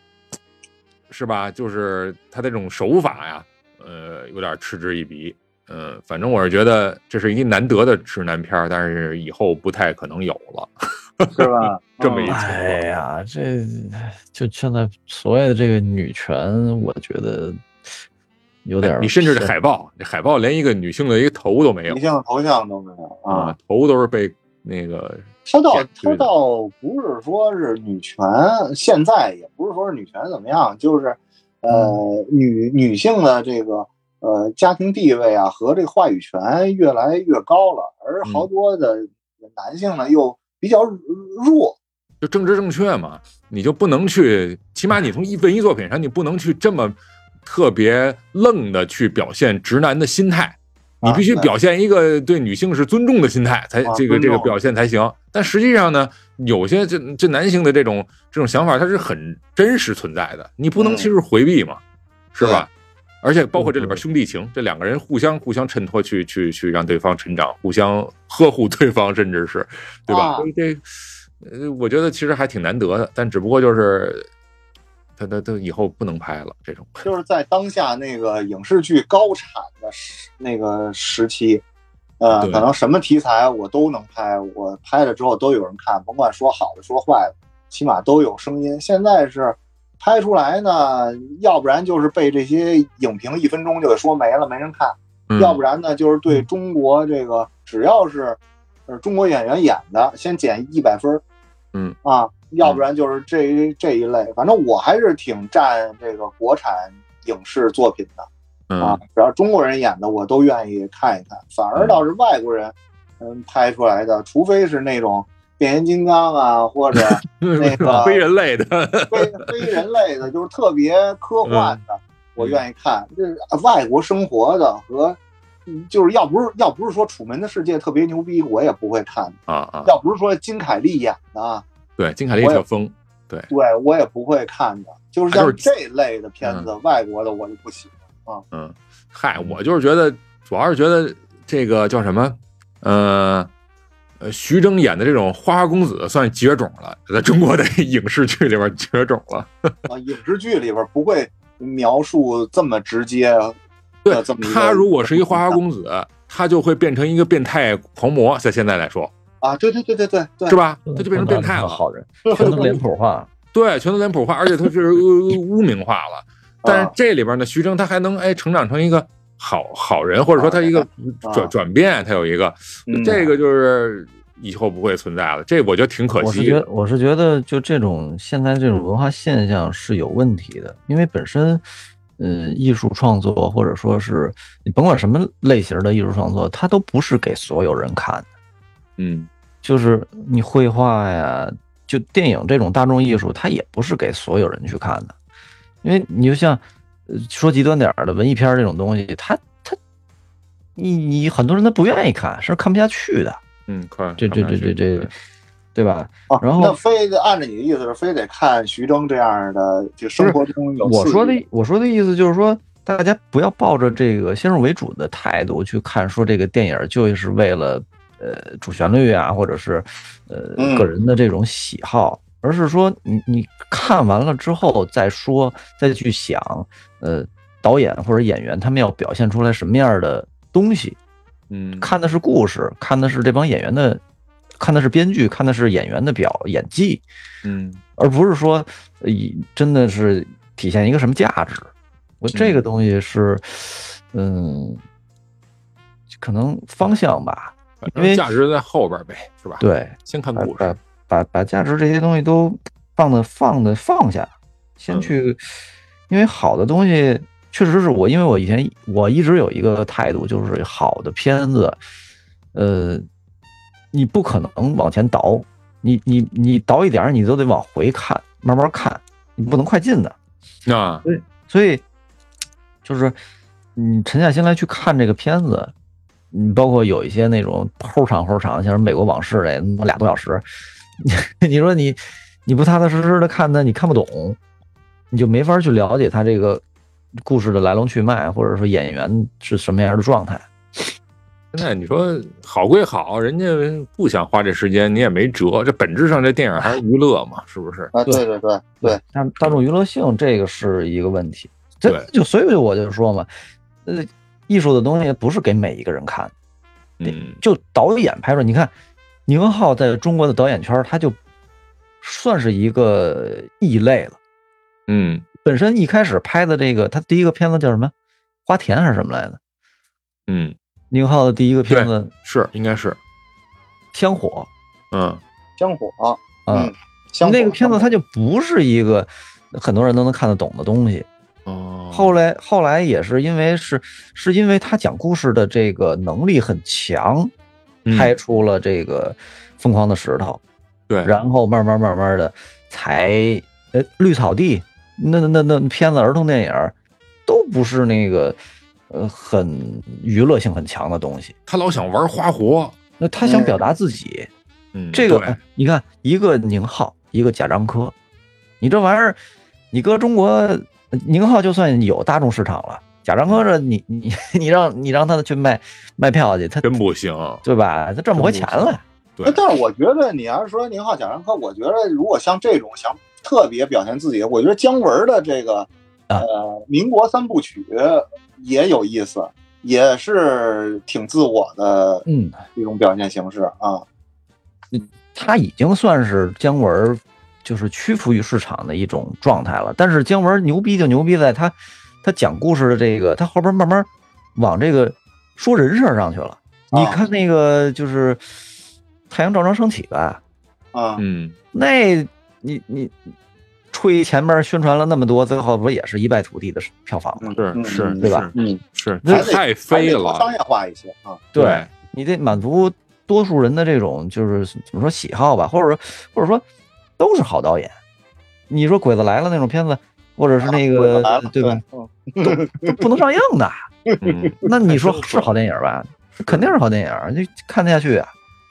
是吧，就是他这种手法呀，呃，有点嗤之以鼻。嗯，反正我是觉得这是一难得的直男片儿，但是以后不太可能有了。
是吧？
这么一
嗯
哎呀，这就现在所谓的这个女权，我觉得有点儿偏、
哎你甚至这海报，这海报连一个女性的一个头都没有
女性的头像都没有
啊
啊。，
头都是被那个
他倒
对
他
对
倒不是说是女权，现在也不是说是女权怎么样，就是呃女女性的这个呃家庭地位啊和这个话语权越来越高了，而好多的男性呢又比较弱，
就政治正确嘛，你就不能去，起码你从一文艺作品上，你不能去这么特别愣的去表现直男的心态，你
啊
必须
对
表现一个对女性是尊重的心态才
啊
这个
尊
这个
重
表现才行。但实际上呢，有些这这男性的这种这种想法，它是很真实存在的，你不能
嗯
其实回避嘛，是吧？而且包括这里
嗯
边兄弟情，这两个人互相互相衬托去，去去让对方成长，互相呵护对方，甚至是，对吧？
啊
所以这，呃，我觉得其实还挺难得的，但只不过就是，他他他以后不能拍了这种。
就是在当下那个影视剧高产的时那个时期，呃，
对
可能什么题材我都能拍，我拍了之后都有人看，甭管说好的说坏的，起码都有声音。现在是拍出来呢，要不然就是被这些影评一分钟就给说没了，没人看；
嗯
要不然呢，就是对中国这个只要是呃中国演员演的，先减一百分儿
嗯
啊，要不然就是这一这一类。反正我还是挺占这个国产影视作品的。啊
嗯，
只要中国人演的，我都愿意看一看。反而倒是外国人，嗯，拍出来的，除非是那种变形金刚啊，或者那个
非人类的，
非非人类的，就是特别科幻的，我愿意看。就是外国生活的和，嗯就是要不是要不是说《楚门的世界》特别牛逼，我也不会看。
啊啊，
要不是说金凯利演的啊，
对，金凯利特疯，对，
对我也不会看的。就是
他就
像
是
这类的片子，外国的我就不喜欢。
嗯，嗨，我就是觉得，主要是觉得这个叫什么，呃，呃，徐峥演的这种花花公子算绝种了，在中国的 影视剧里边绝种了。
啊，影视剧里边不会描述这么直接。
对
这么一个
他如果是一花花公子，他就会变成一个变态狂魔，在现在来说，
啊，对对对对对对，
是吧？他就变
嗯
成变态了，
好人， 全都脸谱化，
对，全都脸谱化，而且 他是污污名化了。但
啊
是这里边呢，徐峥他还能哎成长成一个好好人，或者说他一个
啊
转转变，他有一个
嗯
这个就是以后不会存在了，这我觉得挺可
我是
惜
觉
的
得，我是觉得，就这种现在这种文化现象是有问题的，因为本身，呃，艺术创作或者说是你甭管什么类型的艺术创作，它都不是给所有人看的。
嗯，
就是你绘画呀，就电影这种大众艺术，它也不是给所有人去看的，因为你就像，呃说极端点儿的文艺片儿这种东西，它它，你你很多人他不愿意看，是看不下去的。
嗯，快，
这这这这这，对吧？
啊，
然后
那非得按照你的意思是非得看徐峥这样的，就生活中有
我
刺激
说的我说的意思就是说，大家不要抱着这个先入为主的态度去看，说这个电影就是为了呃主旋律啊，或者是呃
嗯
个人的这种喜好，而是说你你看完了之后再说，再去想，呃，导演或者演员他们要表现出来什么样的东西，
嗯，
看的是故事，看的是这帮演员的，看的是编剧，看的是演员的表演技，
嗯
而不是说呃以真的是体现一个什么价值。我这个东西是，嗯，可能方向吧，
反
因为
正价值在后边呗，是吧？，
对，哎
先看
把
故事
把，把把价值这些东西都放的放的放下，先
嗯
去，因为好的东西确实是我，因为我以前我一直有一个态度，就是好的片子，呃，你不可能往前倒，你你你倒一点儿，你都得往回看，慢慢看，你不能快进的。
啊，
所以就是你沉下心来去看这个片子，你包括有一些那种齁长齁长，像是《美国往事》这他妈俩多小时，你 你说你你不踏踏实实的看它，你看不懂，你就没法去了解它这个故事的来龙去脉，或者说演员是什么样的状态。
现在你说好归好，人家不想花这时间，你也没辙。这本质上这电影还是娱乐嘛，是不是？
啊，对对对对，
大大众娱乐性这个是一个问题。这
对
就所以我就说嘛，呃，艺术的东西不是给每一个人看的。哎
嗯，
就导演拍出来，你看宁浩在中国的导演圈儿，他就算是一个异类了。
嗯，
本身一开始拍的这个，他第一个片子叫什么？花田还是什么来着？
嗯，
宁浩的第一个片子
是，应该是，
《香火
嗯，
香火，》
啊
嗯，香火
那个片子它就不是一个很多人都能看得懂的东西。
嗯
哦，
后来后来也是因为是是因为他讲故事的这个能力很强，
嗯
拍出了这个《疯狂的石头》
对，
然后慢慢慢慢的才呃绿草地那那那那片子儿童电影儿都不是那个呃很娱乐性很强的东西。
他老想玩花活，
那他想表达自己，
嗯，
这个、
对
哎你看一个宁浩，一个贾樟柯，你这玩意儿，你搁中国呃宁浩就算有大众市场了，贾樟柯这你你 你让你让他去卖卖票去，他
真不行，
对吧？他挣不回钱来。
对
但是我觉得你要是说宁浩、贾樟柯，我觉得如果像这种想特别表现自己，我觉得姜文的这个
啊
呃民国三部曲也有意思。也是挺自我的
嗯，
一种表现形式啊。
他已经算是姜文儿就是屈服于市场的一种状态了。但是姜文儿牛逼就牛逼在他他讲故事的这个，他后边慢慢往这个说人事儿上去了。
啊
你看那个就是太阳照常升起吧，
啊，
嗯，
那你你吹前面宣传了那么多，最后不也是一败涂地的票房吗？
是
嗯
是
嗯
对吧？
嗯，
是
那
它太飞
还得多商
了，
业化一些啊。
对，你得满足多数人的这种就是怎么说喜好吧，或者说或者说都是好导演。你说《鬼子来了》那种片子，或者是那
啊鬼子
个、
来了
对吧？
嗯
都不能上映 的，
嗯，
那你说
还真是
是好电影吧？肯定是好电影，你看得下去啊。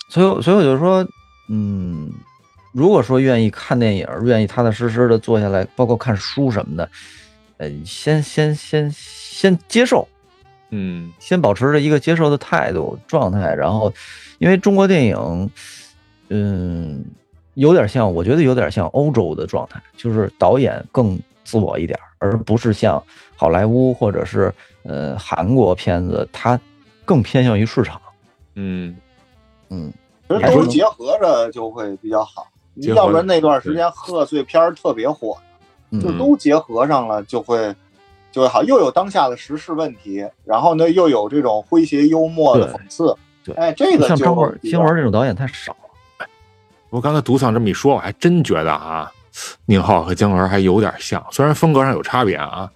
所以我，所以我就说，嗯，如果说愿意看电影，愿意踏踏实实的坐下来，包括看书什么的，呃，先先先先接受，
嗯
先保持着一个接受的态度状态，然后，因为中国电影，嗯，有点像，我觉得有点像欧洲的状态，就是导演更自我一点儿，而不是像好莱坞或者是呃韩国片子，它更偏向于市场。
嗯，
嗯，
其实
还
都
是
结合着就会比较好，
结合
要不然那段时间贺岁片儿特别火，
嗯
就都结合上了，就会就会好，又有当下的时事问题，然后呢又有这种诙谐幽默的
对
讽刺，
对
哎，这个
像
就
张文、
比较
姜文这种导演太少了。
我刚才独丧这么一说，我还真觉得啊，宁浩和姜文还有点像，虽然风格上有差别啊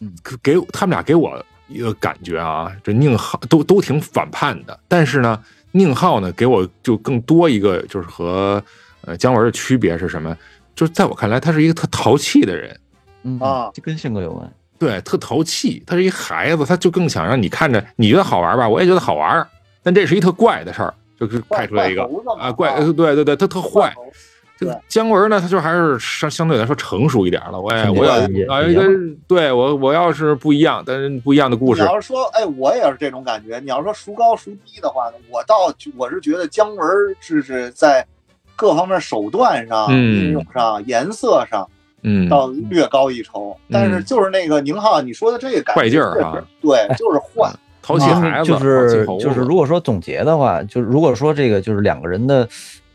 嗯，
给给他们俩给我一个感觉啊，这宁浩都都挺反叛的，但是呢，宁浩呢给我就更多一个就是和呃姜文的区别是什么？就是在我看来，他是一个特淘气的人，
嗯
啊
这跟性格有关。
对，特淘气。他是一孩子，他就更想让你看着，你觉得好玩吧，我也觉得好玩儿。但这是一特怪的事儿，就是派出来一个
怪猴子嘛
啊怪，呃对对对，他特坏。
猴子
这
对
个姜文呢，他就还是相相对来说成熟一点了。我也
成熟
我要
也
啊，
也
一个对我我要是不一样，但是不一样的故
你
事，
要是说，哎，我也是这种感觉。你要说孰高孰低的话呢，我倒我是觉得姜文是是在各方面手段上、
嗯
运用上、颜色上
嗯，
倒略高一筹。但是就是那个宁浩你说的这个感觉，
坏劲儿嗯啊，
对，就是坏。
淘气孩
嗯
子，
就
淘
是
气猴子
就是，如果说总结的话，就是如果说这个就是两个人的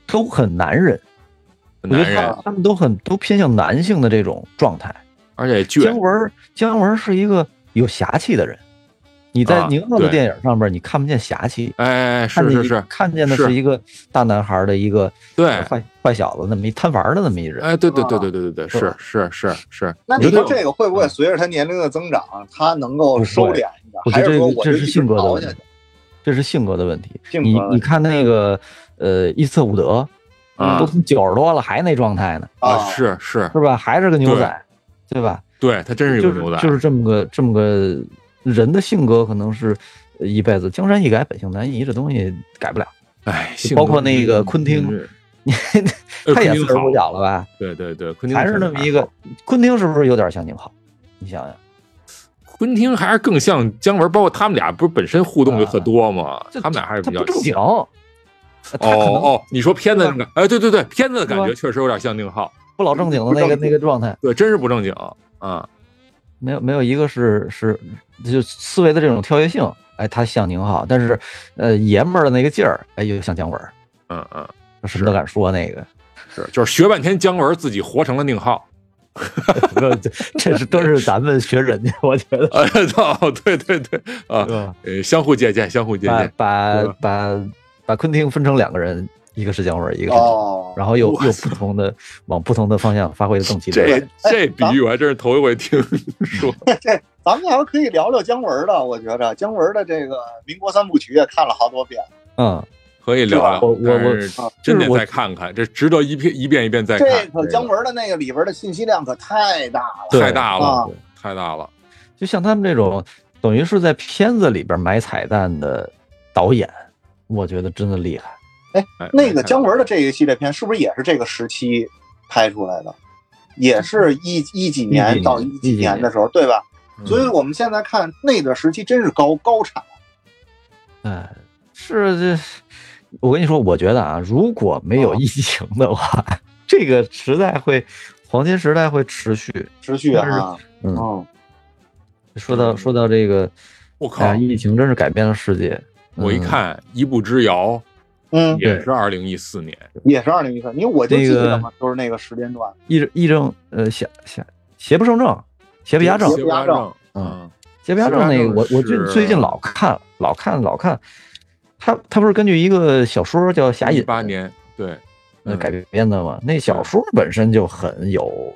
都很男人，我觉
男
得
人，
他他们都很都偏向男性的这种状态。
而且
姜
倔，
文儿姜文儿是一个有侠气的人，你在
啊
宁浩的
对
电影上边你看不见侠气，
哎，
看
是
见
是
一
是，
看见的
是
是一个大男孩儿的一个呃
对，
坏坏小子，那么一贪玩儿的那么一人。
哎，对对对对对对对，
是
是
吧
是是是，
那你
我觉
说
得
这个会不会随着他年龄的增长，他能够收敛一点？
我觉
还
得
是
这
说
个
我就
这
一
是
直
性格的
熬
问
下
题
去？，
这是性格的问题。
性
你
格
你看那个呃伊瑟伍德，
啊
都九十多了还那状态呢，
啊，
是是，
是吧？还是个牛仔，对吧？
对他真是有
就
个牛
是
仔，
就是这么个这么个人的性格，可能是呃一辈子江山易改，本性难移，这东西改不了。
哎，
就
性
包
格
括
真
那
是
个昆汀
嗯
你
呃
他也
昆
四
汀
十
好
五小了吧？
对对对，昆汀
还是
确
那
实
么一个
好，
昆汀是不是有点像宁浩？你想想，
昆汀还是更像姜文，包括他们俩不是本身互动就特多吗？
这
他们俩还是
啊他
比较
不正经，
像
呃他可
哦
能
哦，你说片子那个，哎，对对对，片子的感
对
觉确实有点像宁浩，
不老正经的那个那个状态，
对，真是不正经啊，
没有没有一个是是就思维的这种跳跃性，哎，他像宁浩，但是呃爷们儿的那个劲儿，哎，又像姜文儿，
嗯嗯，
什么都敢说那个，
是，就是学半天姜文自己活成了宁浩，
这这是都是咱们学人家，我觉得。
哎，操，对对对，啊，
对吧
呃，相互借鉴，相互借
把
鉴，
把
对吧
把把昆汀分成两个人，一个是姜文儿，一个是，
哦，
然后又
哇
又不同的往不同的方向发挥的更激
这
烈。
哎
这比喻我还真是头一回听说，
咱们还是可以聊聊姜文的。我觉着姜文的这个民国三部曲也看了好多遍。
嗯，
可以聊聊，
我我
但
我
是
啊
真
就
得
是我
再看看，这值得一遍一遍一遍再看，
这
这
个
个
姜文的那个里边的信息量可太大了。
对
太大
啊
了，太大了，
就像他们这种，等于是在片子里边埋彩蛋的导演，我觉得真的厉害。
哎
那个
太
姜文的这个系列片是不是也是这个时期拍出来的？也是一一几年到一几年的时候，对吧？
嗯
所以我们现在看那个时期真是高高产。
哎，是这，我跟你说，我觉得啊，如果没有
啊
疫情的话， 这个时代会黄金时代会持续。
持续啊，
嗯
嗯，
说到说到这个，
我靠
哎，呀，疫情真是改变了世界。
我一
嗯
看一步之遥
嗯，
也是二零一四年，
也是二零一三，因为我就
那
记
个
得嘛，就是那个时间段，嗯
疫疫症，呃，邪邪邪不胜正，邪不压正，
邪不压正，嗯，
邪不压正那个，我我最
是
最近老看老看老看，他他不是根据一个小说叫《侠
一
隐》
八年，对，
呃
嗯
改编的嘛，那小说本身就很有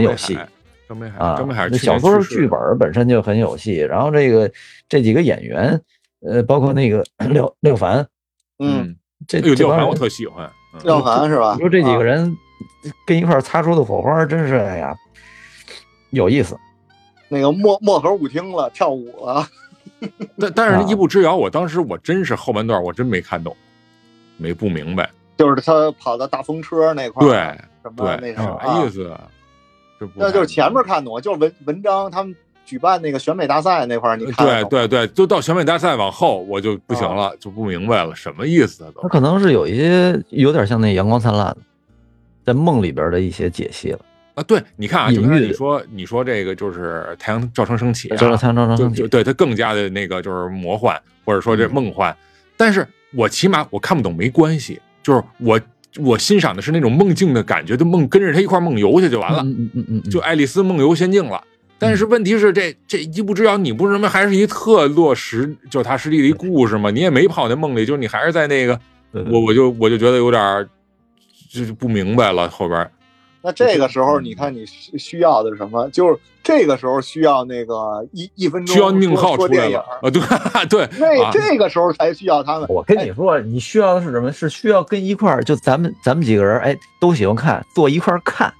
很
北
有戏
海，张北海，
啊
张北海，，
那小说剧本本身就很有戏，然后这个这几个演员，呃，包括那个廖廖凡，
嗯，，
这
哎呦，
这
廖
帮
凡
人
我特喜欢，嗯
廖凡是吧？
你说这几个
啊
人跟一块儿擦出的火花，真是哎呀，有意思。
那个漠漠河舞厅了，跳舞啊了，
但但
啊
是一步之遥，我当时我真是后半段我真没看懂，没不明白，
就是他跑到大风车那块
对
儿，什么那
对，
什么
啥
啊
意，思啊？这不
那就是
太
前面看懂，就是文文章他们举办那个选美大赛那块儿，你看啊
对
得懂
呃对对，就到选美大赛往后我就不行了，就不明白了，什么意思啊？
他
都
可能是有一些有点像那《阳光灿烂》在梦里边的一些解析了，
啊，对，你看啊，
隐
就跟
喻
你说你说这个就是太阳照常升起啊，
就是他张张
就
张
就对它更加的那个就是魔幻，或者
嗯
说这梦幻。但是我起码我看不懂没关系，就是我我欣赏的是那种梦境的感觉，就梦跟着他一块儿梦游去就完了，
嗯嗯嗯嗯嗯，嗯
就爱丽丝梦游仙境了。但是问题是这，这一步之遥，你不是什么还是一特落实，就是他实际的一故事吗？你也没跑那梦里，就是你还是在那个，
对对
我我就我就觉得有点儿就是不明白了后边儿。
那这个时候，
嗯
你看你需需要的是什么？就是这个时候需要那个一一分钟
需要宁浩
说
出
说
来
电
了
影，
啊！对对，
那
啊
这个时候才需要他们。
我跟你说，你需要的是什么？是需要跟一块儿，就咱们咱们几个人，哎，都喜欢看，坐一块儿看，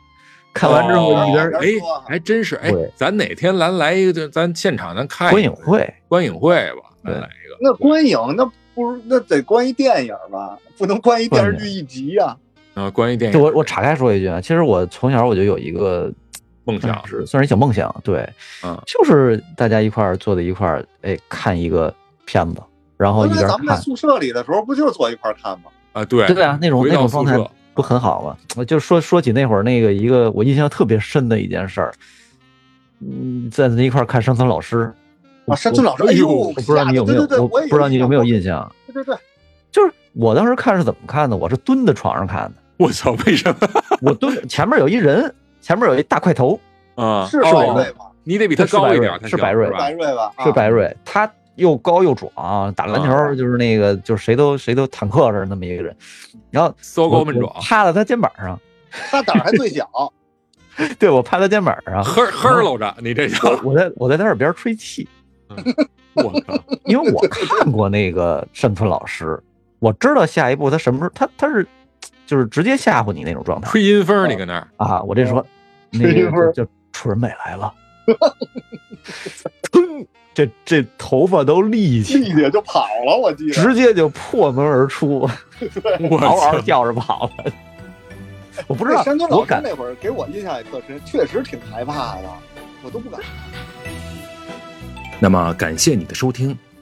看完之后
哦
一边
哦
儿
边儿说
哎，还真是哎
对，
咱哪天咱来一个，就咱现场咱看一
观影会，
观影会吧，咱
对
来一个。
那观影那不如那得关一电影吧，不能关一电视剧一集呀、
啊，关于电
就
影
我我岔开说一句啊，其实我从小我就有一个
梦想
算，是算是小梦想，对，
嗯
就是大家一块儿坐在一块儿，哎，看一个片子，然后
哦
一
后来
边
咱们在
看，
宿舍里的时候，不就是坐一块儿看吗？
啊，对
对啊，那种
回
那
到
种状
宿
态
舍，
不很好吗？我就说说起那会儿那个一个我印象特别深的一件事儿，嗯，在那一块儿看山村老师，
啊，山村老师，哎呦，
我不知道你有没有，
对对对，
我
我也
不知道你有没有印
象。
象，
对对对，
就是我当时看是怎么看的，我是蹲在床上看的，
我操，为什么
我蹲前面有一人，前面有一大块头，
啊？
是
哦
白瑞吧？
你得比他
是白
高一
瑞
点才
是
行
白瑞
是
是白
吧？
瑞吧？
是
啊
白瑞，他又高又壮，打篮
啊
球就是那个就是谁都谁都坦克似的那么一个人，然后
骚高
我
闷壮
我，趴在他肩膀上，
他胆儿还最小，
对我趴他肩膀上，
呵呵搂着你这叫
我我在我在他耳边吹气，
嗯
我靠，
因为我看过那个山村老师，我知道下一步他什么时候他他是就是直接吓唬你那种状态
吹阴风儿你搁那儿，
啊！我这说那
哦吹一会
个
儿
就就楚人美来了，噌，这这头发都立起
丽，姐就跑了，我记得。
直接就破门而 出，
我
嗷嗷
操，
叫着跑了。 我不知
那
啊
道
山村，
我
老师
感
那会儿给我印象也特深，确实挺害怕的，我都不敢。
那么感谢你的收听，《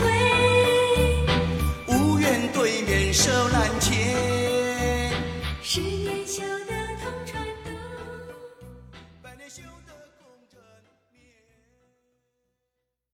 会，
无缘对面手拉